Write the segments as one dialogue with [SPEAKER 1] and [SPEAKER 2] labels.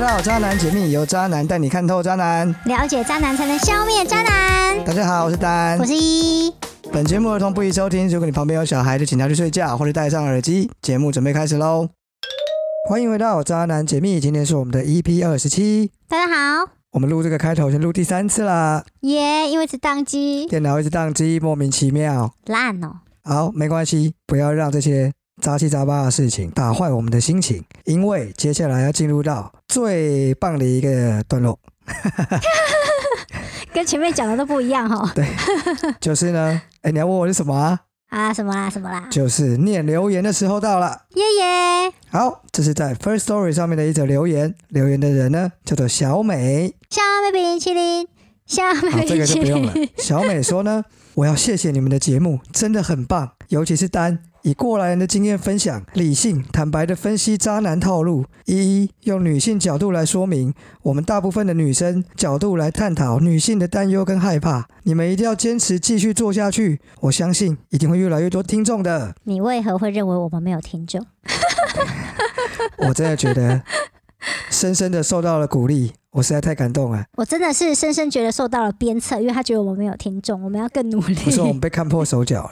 [SPEAKER 1] 到《渣男解密》，由渣男带你看透渣男。
[SPEAKER 2] 了解渣男才能消灭渣男。
[SPEAKER 1] 大家好，我是丹
[SPEAKER 2] 我。是一，
[SPEAKER 1] 本节目儿童不宜收听，如果你旁边有小孩，就请他去睡觉或者戴上耳机。节目准备开始喽！欢迎回到《渣男解密》，今天是我们的 EP 二十七。
[SPEAKER 2] 大家好，
[SPEAKER 1] 我们录这个开头，先录第三次啦。
[SPEAKER 2] 耶、因为是宕机，
[SPEAKER 1] 电脑一直宕机，莫名其妙。
[SPEAKER 2] 烂哦，
[SPEAKER 1] 好，没关系，不要让这些杂七杂八的事情打坏我们的心情，因为接下来要进入到最棒的一个段落，
[SPEAKER 2] 跟前面讲的都不一样哦。
[SPEAKER 1] 就是呢，哎，你要问我是什么啊？
[SPEAKER 2] 啊，什么啦，什么啦，
[SPEAKER 1] 就是念留言的时候到了。
[SPEAKER 2] 耶耶，
[SPEAKER 1] 好，这是在 First Story 上面的一则留言，留言的人呢叫做小美，
[SPEAKER 2] 小妹冰淇淋，小
[SPEAKER 1] 好，
[SPEAKER 2] 妹
[SPEAKER 1] 哦这
[SPEAKER 2] 冰
[SPEAKER 1] 个就
[SPEAKER 2] 淇
[SPEAKER 1] 不用了
[SPEAKER 2] 淋，。
[SPEAKER 1] 小美说呢，我要谢谢你们的节目，真的很棒，尤其是丹以过来人的经验分享，理性坦白的分析渣男套路，一一用女性角度来说明，我们大部分的女生角度来探讨女性的担忧跟害怕。你们一定要坚持继续做下去，我相信一定会越来越多听众的。
[SPEAKER 2] 你为何会认为我们没有听众？
[SPEAKER 1] 我真的觉得深深的受到了鼓励，我实在太感动了。
[SPEAKER 2] 我真的是深深觉得受到了鞭策，因为他觉得我们没有听众，我们要更努力
[SPEAKER 1] 不。是我们被看破手脚 了，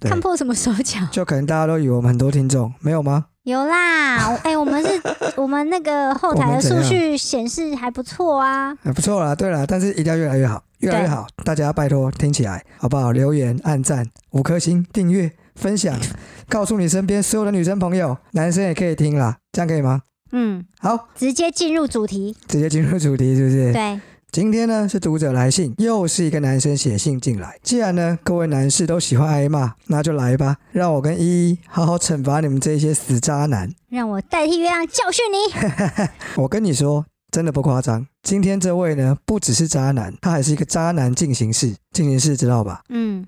[SPEAKER 1] 对
[SPEAKER 2] 看破什么手脚？
[SPEAKER 1] 就可能大家都以为我们很多听众，没有吗？
[SPEAKER 2] 有啦，我哎、我 们是，我们那个后台的数据显示还不错啊。
[SPEAKER 1] 啊，不错啦，对啦，但是一定要越来越好，越来越好，大家拜托听起来好不好？留言、按赞、五颗星、订阅、分享，告诉你身边所有的女生朋友，男生也可以听啦，这样可以吗？
[SPEAKER 2] 嗯，
[SPEAKER 1] 好，
[SPEAKER 2] 直接进入主题。
[SPEAKER 1] 直接进入主题，是不是？
[SPEAKER 2] 对，
[SPEAKER 1] 今天呢是读者来信，又是一个男生写信进来。既然呢各位男士都喜欢挨骂，那就来吧，让我跟依依好好惩罚你们这些死渣男。
[SPEAKER 2] 让我代替月亮教训你。
[SPEAKER 1] 我跟你说，真的不夸张。今天这位呢，不只是渣男，他还是一个渣男进行式。进行式知道吧？
[SPEAKER 2] 嗯，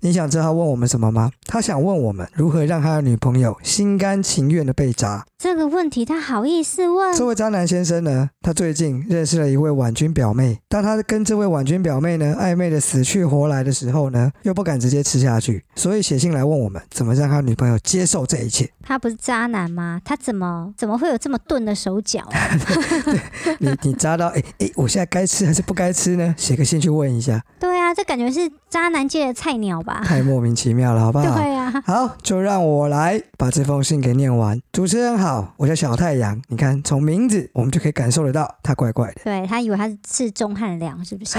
[SPEAKER 1] 你想知道他问我们什么吗？他想问我们如何让他的女朋友心甘情愿的被渣。
[SPEAKER 2] 这个问题他好意思问？
[SPEAKER 1] 这位渣男先生呢，他最近认识了一位婉君表妹，当他跟这位婉君表妹呢暧昧的死去活来的时候呢，又不敢直接吃下去，所以写信来问我们怎么让他女朋友接受这一切。
[SPEAKER 2] 他不是渣男吗？他怎么怎么会有这么钝的手脚啊、
[SPEAKER 1] 你你渣到诶诶，我现在该吃还是不该吃呢？写个信去问一下，
[SPEAKER 2] 对啊，这感觉是渣男界的菜鸟吧？
[SPEAKER 1] 太莫名其妙了，好不好？
[SPEAKER 2] 啊对啊，
[SPEAKER 1] 好，就让我来把这封信给念完。主持人好，我叫小太阳。你看，从名字我们就可以感受得到，他怪怪的。
[SPEAKER 2] 对他以为他是钟汉良，是 不是？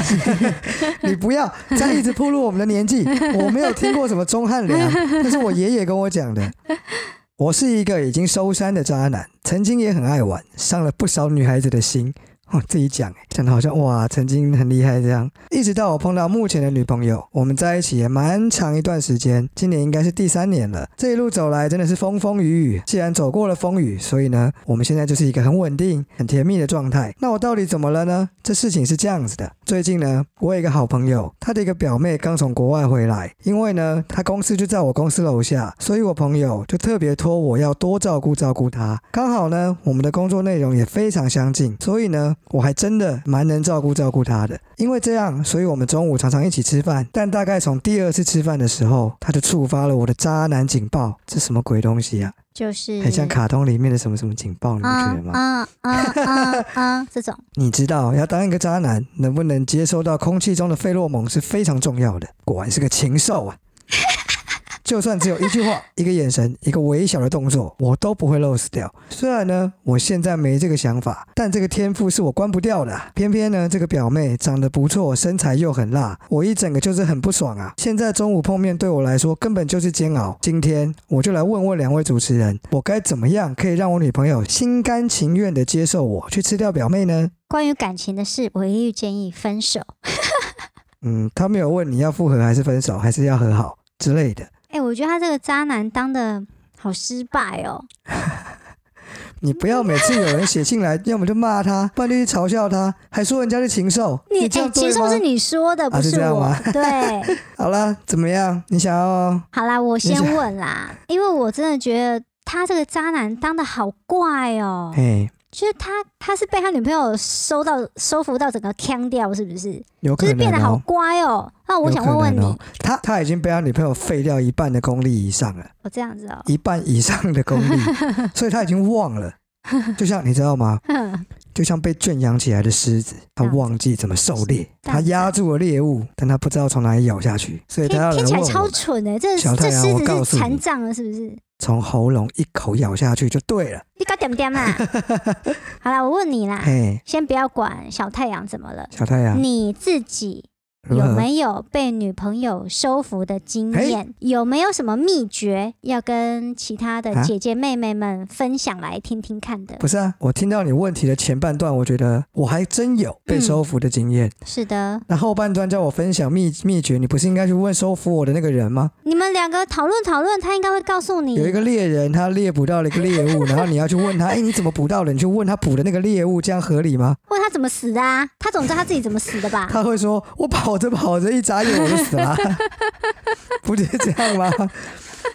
[SPEAKER 1] 你不要再一直暴露我们的年纪，我没有听过什么钟汉良，那是我爷爷跟我讲的。我是一个已经收山的渣男，曾经也很爱玩，伤了不少女孩子的心。哦，自己讲，讲的好像哇，曾经很厉害这样。一直到我碰到目前的女朋友，我们在一起也蛮长一段时间，今年应该是第三年了。这一路走来真的是风风雨雨，既然走过了风雨，所以呢，我们现在就是一个很稳定、很甜蜜的状态。那我到底怎么了呢？这事情是这样子的，最近呢，我有一个好朋友，她的一个表妹刚从国外回来，因为呢，她呃公司就在我公司楼下，所以我朋友就特别托我要多照顾照顾她。刚好呢，我们的工作内容也非常相近，所以呢，我还真的蛮能照顾照顾她的。因为这样，所以我们中午常常一起吃饭。但大概从第二次吃饭的时候，她就触发了我的渣男警报。这什么鬼东西啊？
[SPEAKER 2] 就是
[SPEAKER 1] 很像卡通里面的什么什么警报，你不觉
[SPEAKER 2] 啊
[SPEAKER 1] 得吗？
[SPEAKER 2] 啊啊啊啊！ 这种
[SPEAKER 1] 你知道，要当一个渣男，能不能接收到空气中的费洛蒙是非常重要的。果然是个禽兽啊！就算只有一句话、一个眼神、一个微小的动作，我都不会 lose 掉。虽然呢，我现在没这个想法，但这个天赋是我关不掉的啊。偏偏呢，这个表妹长得不错，身材又很辣，我一整个就是很不爽啊。现在中午碰面对我来说根本就是煎熬。今天我就来问问两位主持人，我该怎么样可以让我女朋友心甘情愿地接受我去吃掉表妹呢？
[SPEAKER 2] 关于感情的事，我一律建议分手。
[SPEAKER 1] 嗯，他没有问你要复合还是分手，还是要和好之类的。
[SPEAKER 2] 哎、我觉得他这个渣男当的好失败哦。
[SPEAKER 1] 你不要每次有人写信来，要么就骂他，不然就去嘲笑他，还说人家是禽兽。
[SPEAKER 2] 你
[SPEAKER 1] 这
[SPEAKER 2] 哎、
[SPEAKER 1] 样
[SPEAKER 2] 禽
[SPEAKER 1] 对
[SPEAKER 2] 兽
[SPEAKER 1] 吗？啊
[SPEAKER 2] 是你说的，不
[SPEAKER 1] 是这样
[SPEAKER 2] 我。
[SPEAKER 1] 吗
[SPEAKER 2] 对，
[SPEAKER 1] 好啦，怎么样？你想要？哦
[SPEAKER 2] 好啦，我先
[SPEAKER 1] 你想
[SPEAKER 2] 问啦，因为我真的觉得他这个渣男当的好怪哦。
[SPEAKER 1] 哎，
[SPEAKER 2] 就是他，他是被他女朋友收到收服到整个腔掉，是不是？
[SPEAKER 1] 有
[SPEAKER 2] 就
[SPEAKER 1] 可
[SPEAKER 2] 是变得
[SPEAKER 1] 能
[SPEAKER 2] 好
[SPEAKER 1] 哦。
[SPEAKER 2] 乖哦。那我想问问你，
[SPEAKER 1] 有
[SPEAKER 2] 我、
[SPEAKER 1] 可能哦他他已经被他女朋友废掉一半的功力以上了，
[SPEAKER 2] 这样子哦，
[SPEAKER 1] 一半以上的功力，所以他已经忘了。就像你知道吗？就像被圈养起来的狮子，它
[SPEAKER 2] 嗯
[SPEAKER 1] 忘记怎么狩猎，它压住了猎物，但它不知道从哪里咬下去，所以它要
[SPEAKER 2] 听
[SPEAKER 1] 来
[SPEAKER 2] 听起
[SPEAKER 1] 问
[SPEAKER 2] 来
[SPEAKER 1] 我
[SPEAKER 2] 超
[SPEAKER 1] 们。
[SPEAKER 2] 蠢哎、这
[SPEAKER 1] 小太
[SPEAKER 2] 这
[SPEAKER 1] 阳
[SPEAKER 2] 狮
[SPEAKER 1] 我告
[SPEAKER 2] 子
[SPEAKER 1] 诉
[SPEAKER 2] 是
[SPEAKER 1] 你
[SPEAKER 2] 残障了是不是？
[SPEAKER 1] 从喉咙一口咬下去就对了。
[SPEAKER 2] 你搞点 点嘛！好啦，我问你啦，
[SPEAKER 1] 嘿，
[SPEAKER 2] 先不要管小太阳怎么了，
[SPEAKER 1] 小太阳，
[SPEAKER 2] 啊你自己
[SPEAKER 1] 如
[SPEAKER 2] 有
[SPEAKER 1] 何？
[SPEAKER 2] 没有被女朋友收服的经
[SPEAKER 1] 嗯哎
[SPEAKER 2] 验？有没有什么秘诀要跟其他的
[SPEAKER 1] 啊
[SPEAKER 2] 姐姐妹妹们分享来听听看的？
[SPEAKER 1] 不是啊，我听到你问题的前半段，我觉得我还真有被
[SPEAKER 2] 嗯
[SPEAKER 1] 收服的经验。
[SPEAKER 2] 是的，
[SPEAKER 1] 那、后半段叫我分享秘秘诀，你不是应该去问收服我的那个人吗？
[SPEAKER 2] 你们两个讨论讨论，他应该会告诉
[SPEAKER 1] 有一
[SPEAKER 2] 你。
[SPEAKER 1] 个猎人，他猎捕到了一个猎 物，然后你要去问他，哎、你怎么捕到的？你去问他捕的那个猎物，这样合理吗？
[SPEAKER 2] 问他怎么死的啊？他总知道他自己怎么死的吧？
[SPEAKER 1] 他会说：“我跑着跑着，一眨眼我就死了， 不就是这样吗？”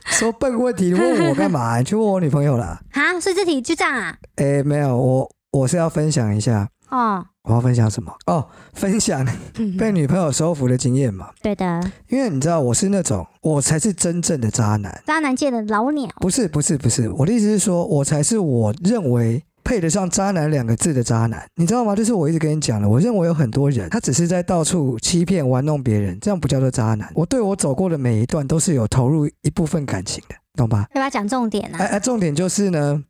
[SPEAKER 1] 说笨问题，你问我干嘛？你去问我女朋友啦。
[SPEAKER 2] 啊，所以这题就这样啊？
[SPEAKER 1] 哎，没有，我我是要分享一下，
[SPEAKER 2] 哦，
[SPEAKER 1] 我要分享什么？哦，分享
[SPEAKER 2] 嗯
[SPEAKER 1] 被女朋友收服的经验嘛。
[SPEAKER 2] 对的，
[SPEAKER 1] 因为你知道，我是那种我才是真正的渣男，
[SPEAKER 2] 渣男界的老鸟。
[SPEAKER 1] 不是不是不是，我的意思是说，我才是我认为配得上“渣男”两个字的渣男，你知道吗？就是我一直跟你讲的，我认为有很多人他只是在到处欺骗、玩弄别人，这样不叫做渣男。我对我走过的每一段都是有投入一部分感情的，懂吧？
[SPEAKER 2] 要不要讲重点
[SPEAKER 1] 哎
[SPEAKER 2] 啊？
[SPEAKER 1] 哎，重点就是呢，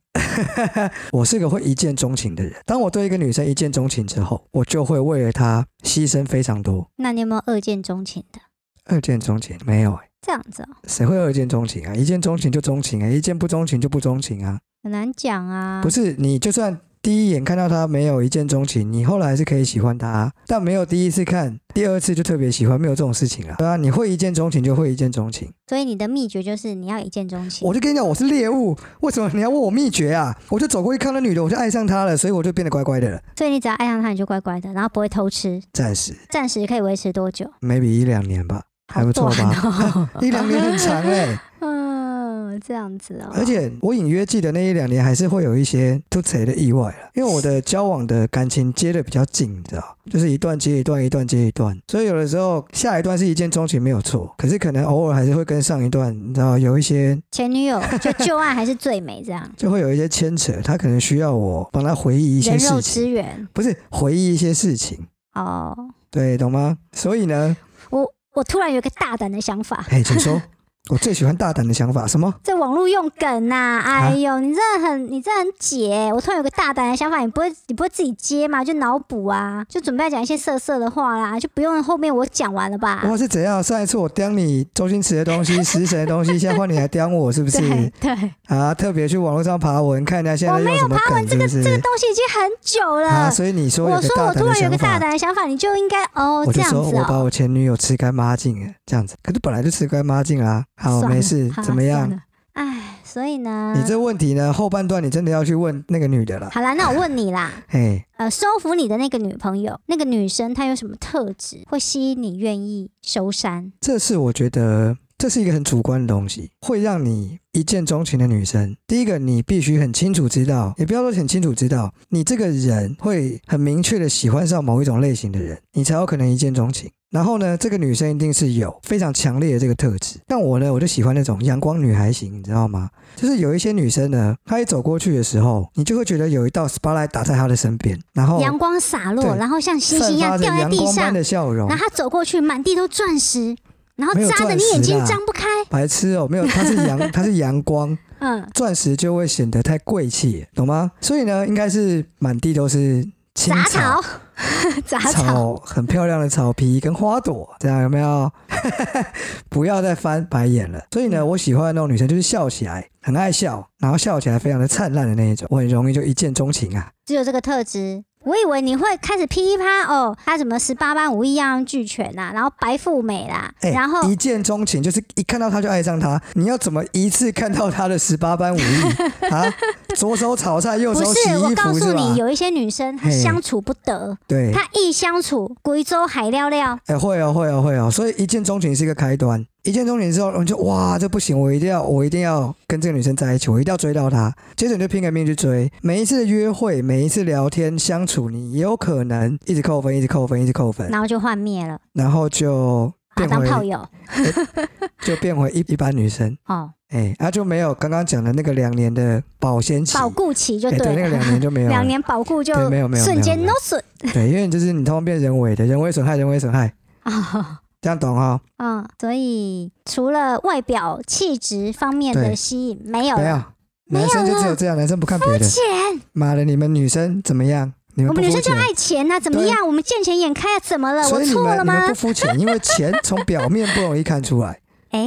[SPEAKER 1] 我是个会一见钟情的人。当我对一个女生一见钟情之后，我就会为了她牺牲非常多。
[SPEAKER 2] 那你有没有二见钟情的？
[SPEAKER 1] 二见钟情没有、哎，
[SPEAKER 2] 这样子哦，
[SPEAKER 1] 谁会二见钟情啊？一见钟情就钟情啊、一见不钟情就不钟情啊。
[SPEAKER 2] 很难讲啊。
[SPEAKER 1] 不是你，就算第一眼看到他没有一见钟情，你后来还是可以喜欢他，但没有第一次看，第二次就特别喜欢，没有这种事情啊。对啊，你会一见钟情就会一见钟情。
[SPEAKER 2] 所以你的秘诀就是你要一见钟情
[SPEAKER 1] 我。就跟你讲，我是猎物，为什么你要问我秘诀啊？我就走过去看到女的，我就爱上她了，所以我就变得乖乖的了。
[SPEAKER 2] 所以你只要爱上他，你就乖乖的，然后不会偷吃。
[SPEAKER 1] 暂时
[SPEAKER 2] 暂时可以维持多久？啊
[SPEAKER 1] maybe 一两年吧，还不错吧？
[SPEAKER 2] 吧？
[SPEAKER 1] 一两年很长哎、
[SPEAKER 2] 嗯，这样子哦。
[SPEAKER 1] 而且我隐约记得那一两年还是会有一些突贼的意外了，因为我的交往的感情接的比较紧，你知道，就是一段接一段，一段接一段，所以有的时候下一段是一见钟情没有错，可是可能偶尔还是会跟上一段，你知道有一些
[SPEAKER 2] 前 女友就旧爱还是最美，这样
[SPEAKER 1] 就会有一些牵扯，他可能需要我帮他回忆一些
[SPEAKER 2] 人肉
[SPEAKER 1] 事
[SPEAKER 2] 之
[SPEAKER 1] 情，
[SPEAKER 2] 缘
[SPEAKER 1] 不是回忆一些事情，
[SPEAKER 2] 哦。
[SPEAKER 1] 对，懂吗？所以呢，
[SPEAKER 2] 我我突然有一个大胆的想法，
[SPEAKER 1] 哎，请 说，我最喜欢大胆的想法，什么？
[SPEAKER 2] 在网络用梗呐、
[SPEAKER 1] 啊
[SPEAKER 2] 哎呦，你真的很，你真的很解、我突然有个大胆的想法，你不会，你不会自己接嘛？就脑补啊，就准备要讲一些色色的话啦，就不用后面我讲完了吧？
[SPEAKER 1] 哇，哦是怎样？上一次我刁你周星驰的东西、食神的东 西，现在换你来刁我，是不是？
[SPEAKER 2] 对对，
[SPEAKER 1] 啊，特别去网络上爬文，看一下现在用什么梗，是不是？
[SPEAKER 2] 东西已经很久了。
[SPEAKER 1] 啊，所以你说有
[SPEAKER 2] 我
[SPEAKER 1] 个
[SPEAKER 2] 说
[SPEAKER 1] 大
[SPEAKER 2] 我
[SPEAKER 1] 胆
[SPEAKER 2] 突
[SPEAKER 1] 的
[SPEAKER 2] 然有
[SPEAKER 1] 想
[SPEAKER 2] 个大
[SPEAKER 1] 法，
[SPEAKER 2] 胆的想法，你就应该哦
[SPEAKER 1] 我就
[SPEAKER 2] 这样
[SPEAKER 1] 说
[SPEAKER 2] 子
[SPEAKER 1] 我把
[SPEAKER 2] 哦。
[SPEAKER 1] 我前女友吃干抹净了，这样子。可是本来就吃干抹净啦。好，
[SPEAKER 2] 算了
[SPEAKER 1] 哦没事
[SPEAKER 2] 好，啦
[SPEAKER 1] 怎么？
[SPEAKER 2] 算
[SPEAKER 1] 样？
[SPEAKER 2] 了哎，所以呢，
[SPEAKER 1] 你这问题呢，后半段你真的要去问那个女的了。
[SPEAKER 2] 好啦，那我问你啦，
[SPEAKER 1] 嘿，
[SPEAKER 2] 呃，收服你的那个女朋友，那个女生她有什么特质会吸引你愿意收山？
[SPEAKER 1] 这是我觉得这是一个很主观的东西，会让你一见钟情的女生。第一个，你必须很清楚知道，也不要说很清楚知道，你这个人会很明确的喜欢上某一种类型的人，你才有可能一见钟情。然后呢，这个女生一定是有非常强烈的这个特质。像我呢，我就喜欢那种阳光女孩型，你知道吗？就是有一些女生呢，她一走过去的时候，你就会觉得有一道 spotlight 打在她的身边，然后
[SPEAKER 2] 阳光洒落，
[SPEAKER 1] 哦对
[SPEAKER 2] 然后像星
[SPEAKER 1] 散
[SPEAKER 2] 星一
[SPEAKER 1] 发
[SPEAKER 2] 样
[SPEAKER 1] 着
[SPEAKER 2] 掉在
[SPEAKER 1] 阳
[SPEAKER 2] 地
[SPEAKER 1] 光般
[SPEAKER 2] 上，
[SPEAKER 1] 的笑容
[SPEAKER 2] 然后。她走过去，满地都钻石，然后
[SPEAKER 1] 没有
[SPEAKER 2] 扎的
[SPEAKER 1] 钻
[SPEAKER 2] 你眼
[SPEAKER 1] 石
[SPEAKER 2] 睛
[SPEAKER 1] 啦
[SPEAKER 2] 张不开。
[SPEAKER 1] 白痴哦、没有，它是阳，它是阳光，
[SPEAKER 2] 嗯，
[SPEAKER 1] 钻石就会显得太贵气，懂吗？所以呢，应该是满地都是青
[SPEAKER 2] 杂
[SPEAKER 1] 草
[SPEAKER 2] 草，， 杂
[SPEAKER 1] 草
[SPEAKER 2] 草，
[SPEAKER 1] 很漂亮的草皮跟花朵，这样有没有？ 不要再翻白眼了。所以
[SPEAKER 2] 嗯
[SPEAKER 1] 呢，我喜欢那种女生，就是笑起来很爱笑，然后笑起来非常的灿烂的那一种，我很容易就一见钟情啊。
[SPEAKER 2] 只有这个特质。我以为你会开始噼啪哦，他什么十八般武艺样样俱全啊呐、然后白富美啦，
[SPEAKER 1] 哎、
[SPEAKER 2] 然后
[SPEAKER 1] 一见钟情就是一看到她就爱上她，你要怎么一次看到她的十八般武艺 啊？左手炒菜，右
[SPEAKER 2] 不
[SPEAKER 1] 手洗
[SPEAKER 2] 是我
[SPEAKER 1] 衣
[SPEAKER 2] 告
[SPEAKER 1] 服
[SPEAKER 2] 诉
[SPEAKER 1] 吧
[SPEAKER 2] 你，？有一些女生她
[SPEAKER 1] 嘿
[SPEAKER 2] 相处不得，
[SPEAKER 1] 对，
[SPEAKER 2] 她一相处，贵州海料料，
[SPEAKER 1] 哎、会哦，会哦，会哦，所以一见钟情是一个开端。一见钟情之后，你就哇，这不行，我一定要，我一定要跟这个女生在一起，我一定要追到她。接着你就拼个命去追，每一次的约会，每一次聊天相处，你也有可能一直扣分，一直扣分，一直扣分，
[SPEAKER 2] 然后就幻灭了，
[SPEAKER 1] 然后就
[SPEAKER 2] 把
[SPEAKER 1] 变
[SPEAKER 2] 当炮
[SPEAKER 1] 回
[SPEAKER 2] 友
[SPEAKER 1] 就变回一一般女生。
[SPEAKER 2] 哦。
[SPEAKER 1] 哎、哎，啊就没有刚刚讲的那个两年的保鲜期，
[SPEAKER 2] 保固期就
[SPEAKER 1] 哎对，那
[SPEAKER 2] 对
[SPEAKER 1] 个
[SPEAKER 2] 了，
[SPEAKER 1] 两年就没有了，
[SPEAKER 2] 两年保固就
[SPEAKER 1] 对没有没有
[SPEAKER 2] 瞬间
[SPEAKER 1] 没有
[SPEAKER 2] no 损
[SPEAKER 1] 对，因为就是你通通变人为的，人为损害，人为损害，
[SPEAKER 2] 啊。
[SPEAKER 1] 这样懂哈？
[SPEAKER 2] 嗯，所以除了外表气质方面
[SPEAKER 1] 对
[SPEAKER 2] 的吸引，没有
[SPEAKER 1] 没有
[SPEAKER 2] 了。，
[SPEAKER 1] 男生就只有这样，男生不看别的。
[SPEAKER 2] 钱，
[SPEAKER 1] 妈的，你们女生怎么样？你们
[SPEAKER 2] 我
[SPEAKER 1] 不
[SPEAKER 2] 们女
[SPEAKER 1] 肤
[SPEAKER 2] 生就
[SPEAKER 1] 浅，
[SPEAKER 2] 爱钱啊呐、怎么样？我们见钱眼开啊，怎么了？
[SPEAKER 1] 所
[SPEAKER 2] 我
[SPEAKER 1] 以你
[SPEAKER 2] 错
[SPEAKER 1] 们
[SPEAKER 2] 了
[SPEAKER 1] 你们
[SPEAKER 2] 吗
[SPEAKER 1] 不？肤浅，因为钱从表面不容易看出 来，
[SPEAKER 2] 哎，